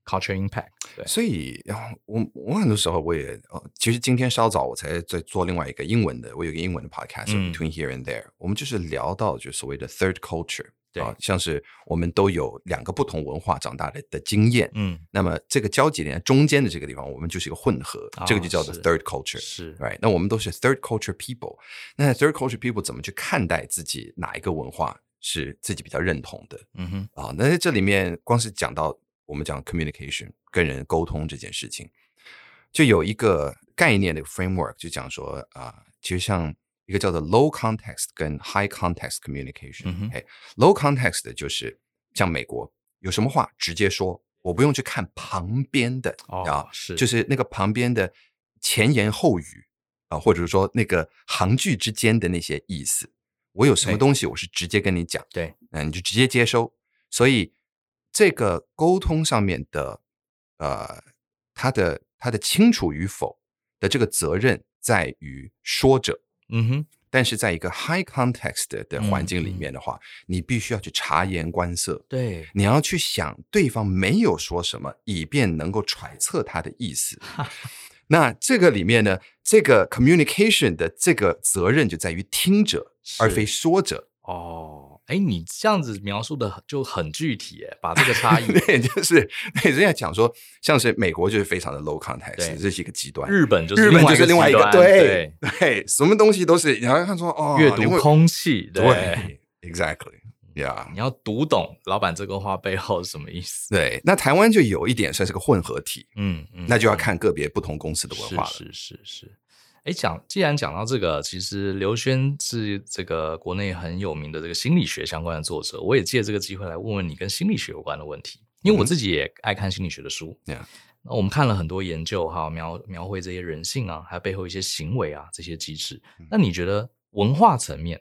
culture impact。对，所以，啊我我很多时候我也，呃其实今天稍早我才在做另外一个英文的，我有一个英文的 podcast、嗯 Between Here and There，我们就是聊到就所谓的 third culture，对啊，像是我们都有两个不同文化长大的的经验，嗯，那么这个交集点中间的这个地方，我们就是一个混合，这个就啊叫做是 third culture。是 Right，那我们都是 third culture people。那 third culture people 怎么去看待自己哪一个文化是自己比较认同的？嗯哼，啊、那在这里面光是讲到我们讲 communication 跟人沟通这件事情，就有一个概念的 framework，就讲说啊、其实像一个叫做 low context 跟 high context communication、嗯哼哎，low context 的就是像美国有什么话直接说，我不用去看旁边的啊、哦，是，就是那个旁边的前言后语啊，或者是说那个行句之间的那些意思。我有什么对东西，我是直接跟你讲，对，那你就直接接收。所以这个沟通上面的呃，它的它的清楚与否的这个责任在于说者，嗯哼，但是在一个 high context 的的环境里嗯嗯面的话，你必须要去察言观色，对，你要去想对方没有说什么，以便能够揣测他的 意思。那这个里面呢，这个 communication 的这个责任就在于听者，而是非说者。 哦，哎，你这样子描述的就很具体耶，把这个 差异，对，就是对人家讲说，像是美国就是非常的 low context，对这是一个极端。日本就是日本就是另外一极个，端对对，什么东西都是你要看说哦，对，阅你读会空气，对， 对，exactly，yeah。你要读懂老板这个话背后是什么意思。对，那台湾就有一点算是个混合体，嗯嗯，那就要嗯看个别不同公司的文化了。是是是是。哎，讲既然讲到这个，其实刘轩是这个国内很有名的这个心理学相关的作者，我也借这个机会来问问你跟心理学有关的问题，因为我嗯哼自己也爱看心理学的书。 Yeah 那我们看了很多研究哈，描描绘这些人性啊，还有背后一些行为啊这些机制。嗯那你觉得文化层面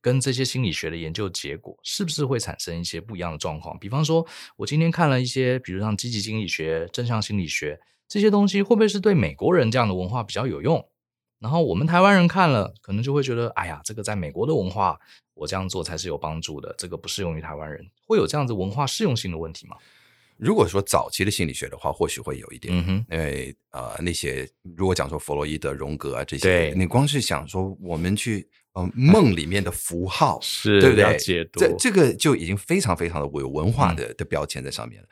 跟这些心理学的研究结果是不是会产生一些不一样的状况？比方说，我今天看了一些，比如像积极心理学、正向心理学这些东西，会不会是对美国人这样的文化比较有用？然后我们台湾人看了，可能就会觉得，哎呀，这个在美国的文化，我这样做才是有帮助的，这个不适用于台湾人，会有这样子文化适用性的问题吗？如果说早期的心理学的话，或许会有一点，嗯哼，因为呃，那些如果讲说弗洛伊德、荣格啊这些对，哎你光是想说我们去呃梦里面的符号，是对不对？解读这这个就已经非常非常的有文化嗯的的标签在上面了。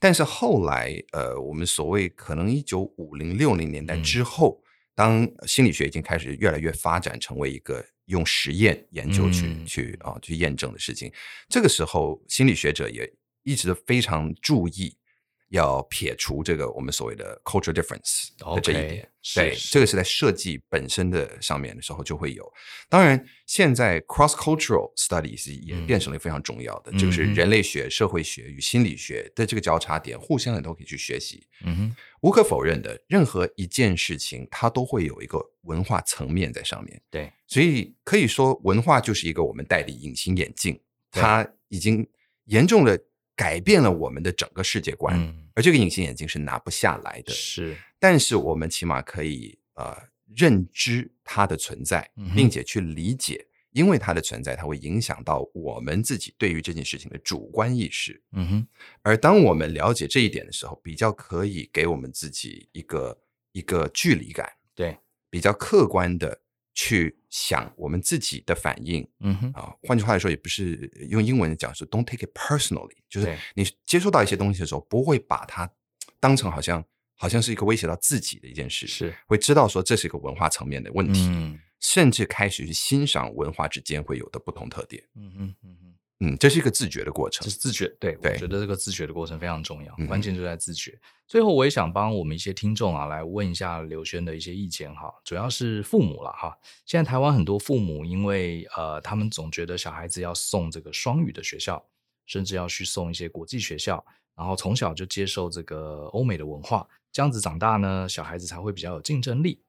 但是后来，呃，我们所谓可能一九五零六零年代嗯之后，当心理学已经开始越来越发展，成为一个用实验研究去、嗯去啊、去验证的事情，这个时候心理学者也一直非常注意。要撇除这个我们所谓的 culture difference 的这一 OK，点是对，是这个是在设计本身的上面的时候就会有。当然，现在 cross cultural studies 也嗯变成了非常重要的，嗯这个是嗯人类学、社会学与心理学的这个交叉点，互相的都可以去学习。嗯哼，无可否认的，任何一件事情它都会有一个文化层面在上面，对，所以可以说文化就是一个我们戴的隐形眼镜，对它已经严重的改变了我们的整个世界观，嗯，而这个隐形眼镜是拿不下来的。是，但是我们起码可以呃认知它的存在嗯，哼并且去理解，因为它的存在，它会影响到我们自己对于这件事情的主观意识。嗯哼，而当我们了解这一点的时候，比较可以给我们自己一个一个距离感，对，比较客观的去想我们自己的反应嗯哼，啊。换句话来说，也不是用英文讲是 “don't take it personally”，就是对你接收到一些东西的时候，不会把它当成好像好像是一个威胁到自己的一件事，是，会知道说这是一个文化层面的问题，嗯甚至开始去欣赏文化之间会有的不同特点。嗯哼嗯哼。嗯，这是一个自觉的过程这。是自觉，对，我对觉得这个自觉的过程非常重要，嗯哼关键就在自觉。最后，我也想帮我们一些听众啊，来问一下刘轩的一些意见哈，主要是父母了哈。现在台湾很多父母因为呃，他们总觉得小孩子要送这个双语的学校，甚至要去送一些国际学校，然后从小就接受这个欧美的文化，这样子长大呢，小孩子才会比较有竞争力。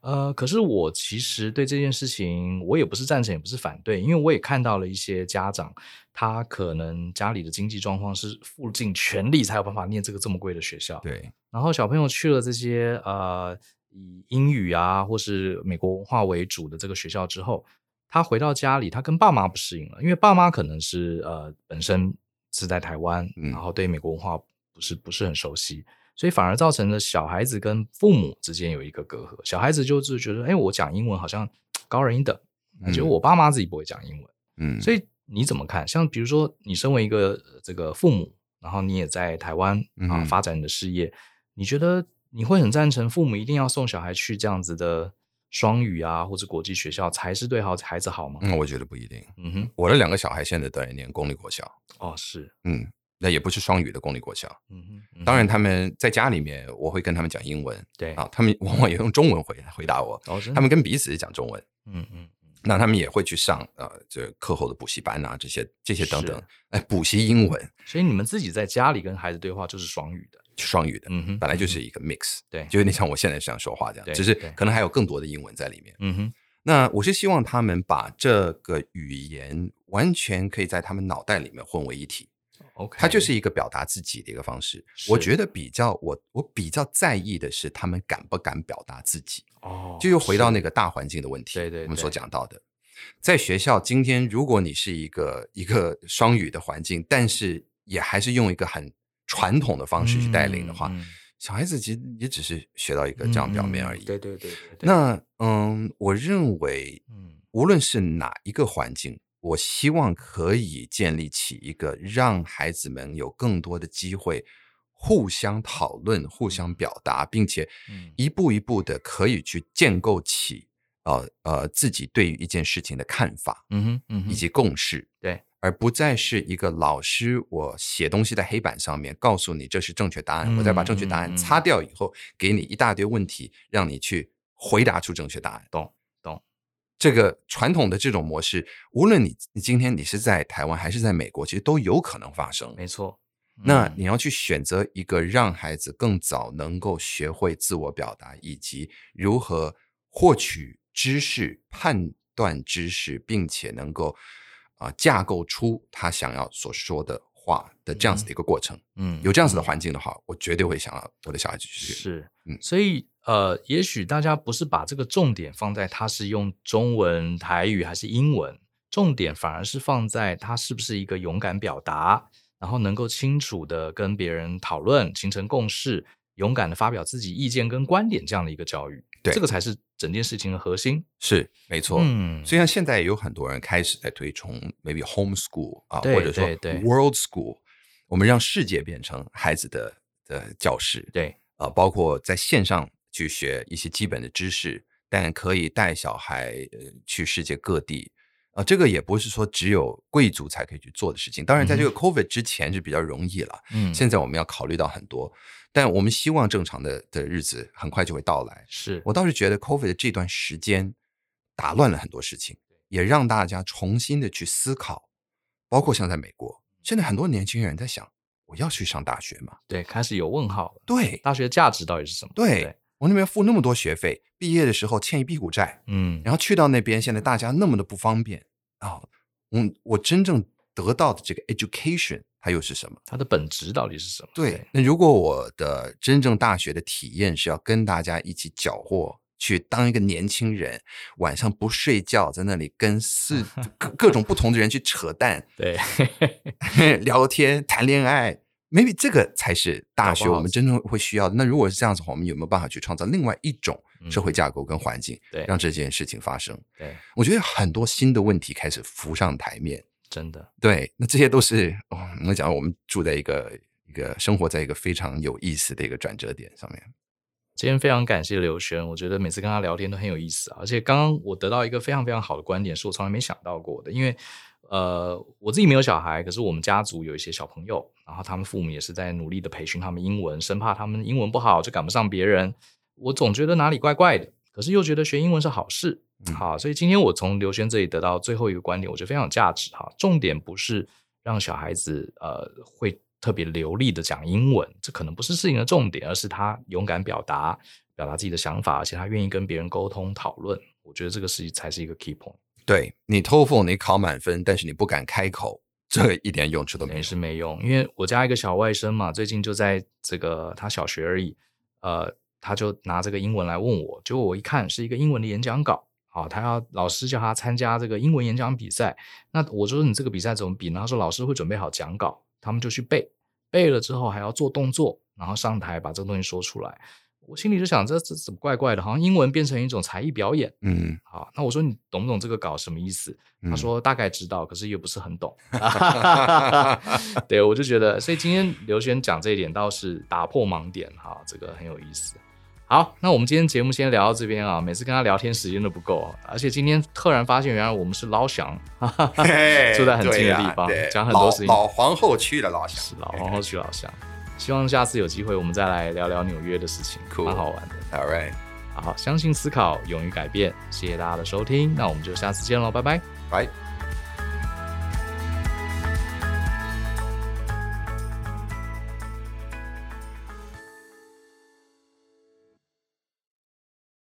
呃，可是我其实对这件事情，我也不是赞成，也不是反对，因为我也看到了一些家长，他可能家里的经济状况是付尽全力才有办法念这个这么贵的学校，对，然后小朋友去了这些呃以英语啊或是美国文化为主的这个学校之后，他回到家里，他跟爸妈不适应了，因为爸妈可能是呃本身是在台湾，嗯然后对美国文化不是不是很熟悉。所以反而造成了小孩子跟父母之间有一个隔阂，小孩子就是觉得，哎，我讲英文好像高人一等，嗯结果我爸妈自己不会讲英文，嗯，所以你怎么看？像比如说，你身为一个呃这个父母，然后你也在台湾嗯啊哼发展你的事业，你觉得你会很赞成父母一定要送小孩去这样子的双语啊，或者国际学校才是对好孩子好吗？嗯，我觉得不一定。嗯哼，我的两个小孩现在都在念公立国小，哦，是，嗯，那也不是双语的公立国校。嗯哼，当然，他们在家里面我会跟他们讲英文对，啊，他们 往往也用中文回回答我。老师他们跟彼此讲中文，嗯嗯，那他们也会去上呃，这课后的补习班啊，这些这些等等是，哎，补习英文所以你们自己在家里跟孩子对话就是双语的，双语的，嗯哼，呃本来就是一个 mix，对，就有点像我现在这样说话这对样，只是对可能还有更多的英文在里面。嗯哼，那我是希望他们把这个语言完全可以在他们脑袋里面混为一体， OK，它就是一个表达自己的一个方式。是我觉得比较我我比较在意的是他们敢不敢表达自己，哦，就又回到是那个大环境的问题，对对我们对所讲到的。在学校，今天如果你是一个一个双语的环境，但是也还是用一个很传统的方式去带领的话，嗯嗯嗯小孩子其实也只是学到一个这样表面而已。嗯嗯对对对对，对那嗯，我认为嗯无论是哪一个环境，我希望可以建立起一个让孩子们有更多的机会互相讨论、互相表达，并且嗯一步一步的可以去建构起呃呃自己对于一件事情的看法嗯哼嗯哼，以及共识。对。而不再是一个老师，我写东西在黑板上面告诉你这是正确答案，我再把正确嗯嗯答案嗯擦掉以后，给你一大堆问题，让你去回答出正确答案。懂懂。这个传统的这种模式，无论你你今天你是在台湾还是在美国，其实都有可能发生。没错，那嗯你要去选择一个让孩子更早能够学会自我表达，以及如何获取知识、判断知识，并且能够啊、架构出他想要所说的话的这样子的一个过程。嗯有这样子的嗯环境的话，我绝对会想要我的小孩子去学。是嗯，所以呃，也许大家不是把这个重点放在他是用中文、台语还是英文，重点反而是放在他是不是一个勇敢表达，然后能够清楚的跟别人讨论，形成共识，勇敢的发表自己意见跟观点这样的一个教育，对这个才是整件事情的核心。是，没错。嗯，虽然现在也有很多人开始在推崇 maybe homeschool 啊，对或者说对对 world school，我们让世界变成孩子的的教室，对，啊，包括在线上去学一些基本的知识，但可以带小孩呃去世界各地。啊，这个也不是说只有贵族才可以去做的事情。当然，在这个 COVID 之前是比较容易了。嗯，现在我们要考虑到很多，但我们希望正常的的日子很快就会到来。是我倒是觉得 COVID 的这段时间打乱了很多事情，也让大家重新的去思考，包括像在美国，现在很多年轻人在想，我要去上大学吗？对开始有问号了，对大学价值到底是什么？对，我那边付那么多学费，毕业的时候欠一屁股债，嗯，然后去到那边，现在大家那么的不方便啊，嗯，我真正得到的这个 education 它又是什么？它的本质到底是什么？对，，那如果我的真正大学的体验是要跟大家一起搅和，去当一个年轻人，晚上不睡觉，在那里跟 四各各种不同的人去扯淡、对， 聊天、谈恋爱，maybe 这个才是大搞学不好我们真正会需要的。那如果是这样子的话，我们有没有办法去创造另外一种社会架构跟环境，嗯对让这件事情发生？对，我觉得很多新的问题开始浮上台面。真的，对，那这些都是哦，我讲我们住在一个一个生活在一个非常有意思的一个转折点上面。今天非常感谢刘轩，我觉得每次跟他聊天都很有意思啊，而且刚刚我得到一个非常非常好的观点，是我从来没想到过的，因为呃我自己没有小孩，可是我们家族有一些小朋友，然后他们父母也是在努力的培训他们英文，生怕他们英文不好就赶不上别人，我总觉得哪里怪怪的，可是又觉得学英文是好事。嗯好，所以今天我从刘轩这里得到最后一个观点，我觉得非常有价值哈。重点不是让小孩子呃会特别流利的讲英文，这可能不是事情的重点，而是他勇敢表达，表达自己的想法，而且他愿意跟别人沟通讨论。我觉得这个是才是一个 key point，对你 TOEFL 你考满分，但是你不敢开口，这一点用处都没也有。是没用。因为我家一个小外甥嘛，最近就在这个他小学而已，呃，他就拿这个英文来问我，结果我一看是一个英文的演讲稿，好，他要老师叫他参加这个英文演讲比赛，那我就说你这个比赛怎么比呢？他说老师会准备好讲稿，他们就去背，背了之后还要做动作，然后上台把这个东西说出来。我心里就想，这这怎么怪怪的？好像英文变成一种才艺表演。嗯，好，那我说你懂不懂这个稿什么意思？他嗯说大概知道，可是又不是很 懂。 对，我就觉得，所以今天刘轩讲这一点倒是打破盲点哈，这个很有意思。好，好，那我们今天节目先聊到这边啊。每次跟他聊天时间都不够啊，而且今天突然发现，原来我们是老乡，哈哈哈嘿 住在很嗯对近的呀地方对讲很多事情老老皇后区了，老乡是老皇后去老乡。希望下次有机会我们再来聊聊纽约的事情 Cool 蛮好玩的。 ，All right，好，相信思考，勇于改变。谢谢大家的收听，那我们就下次见喽，拜拜。拜。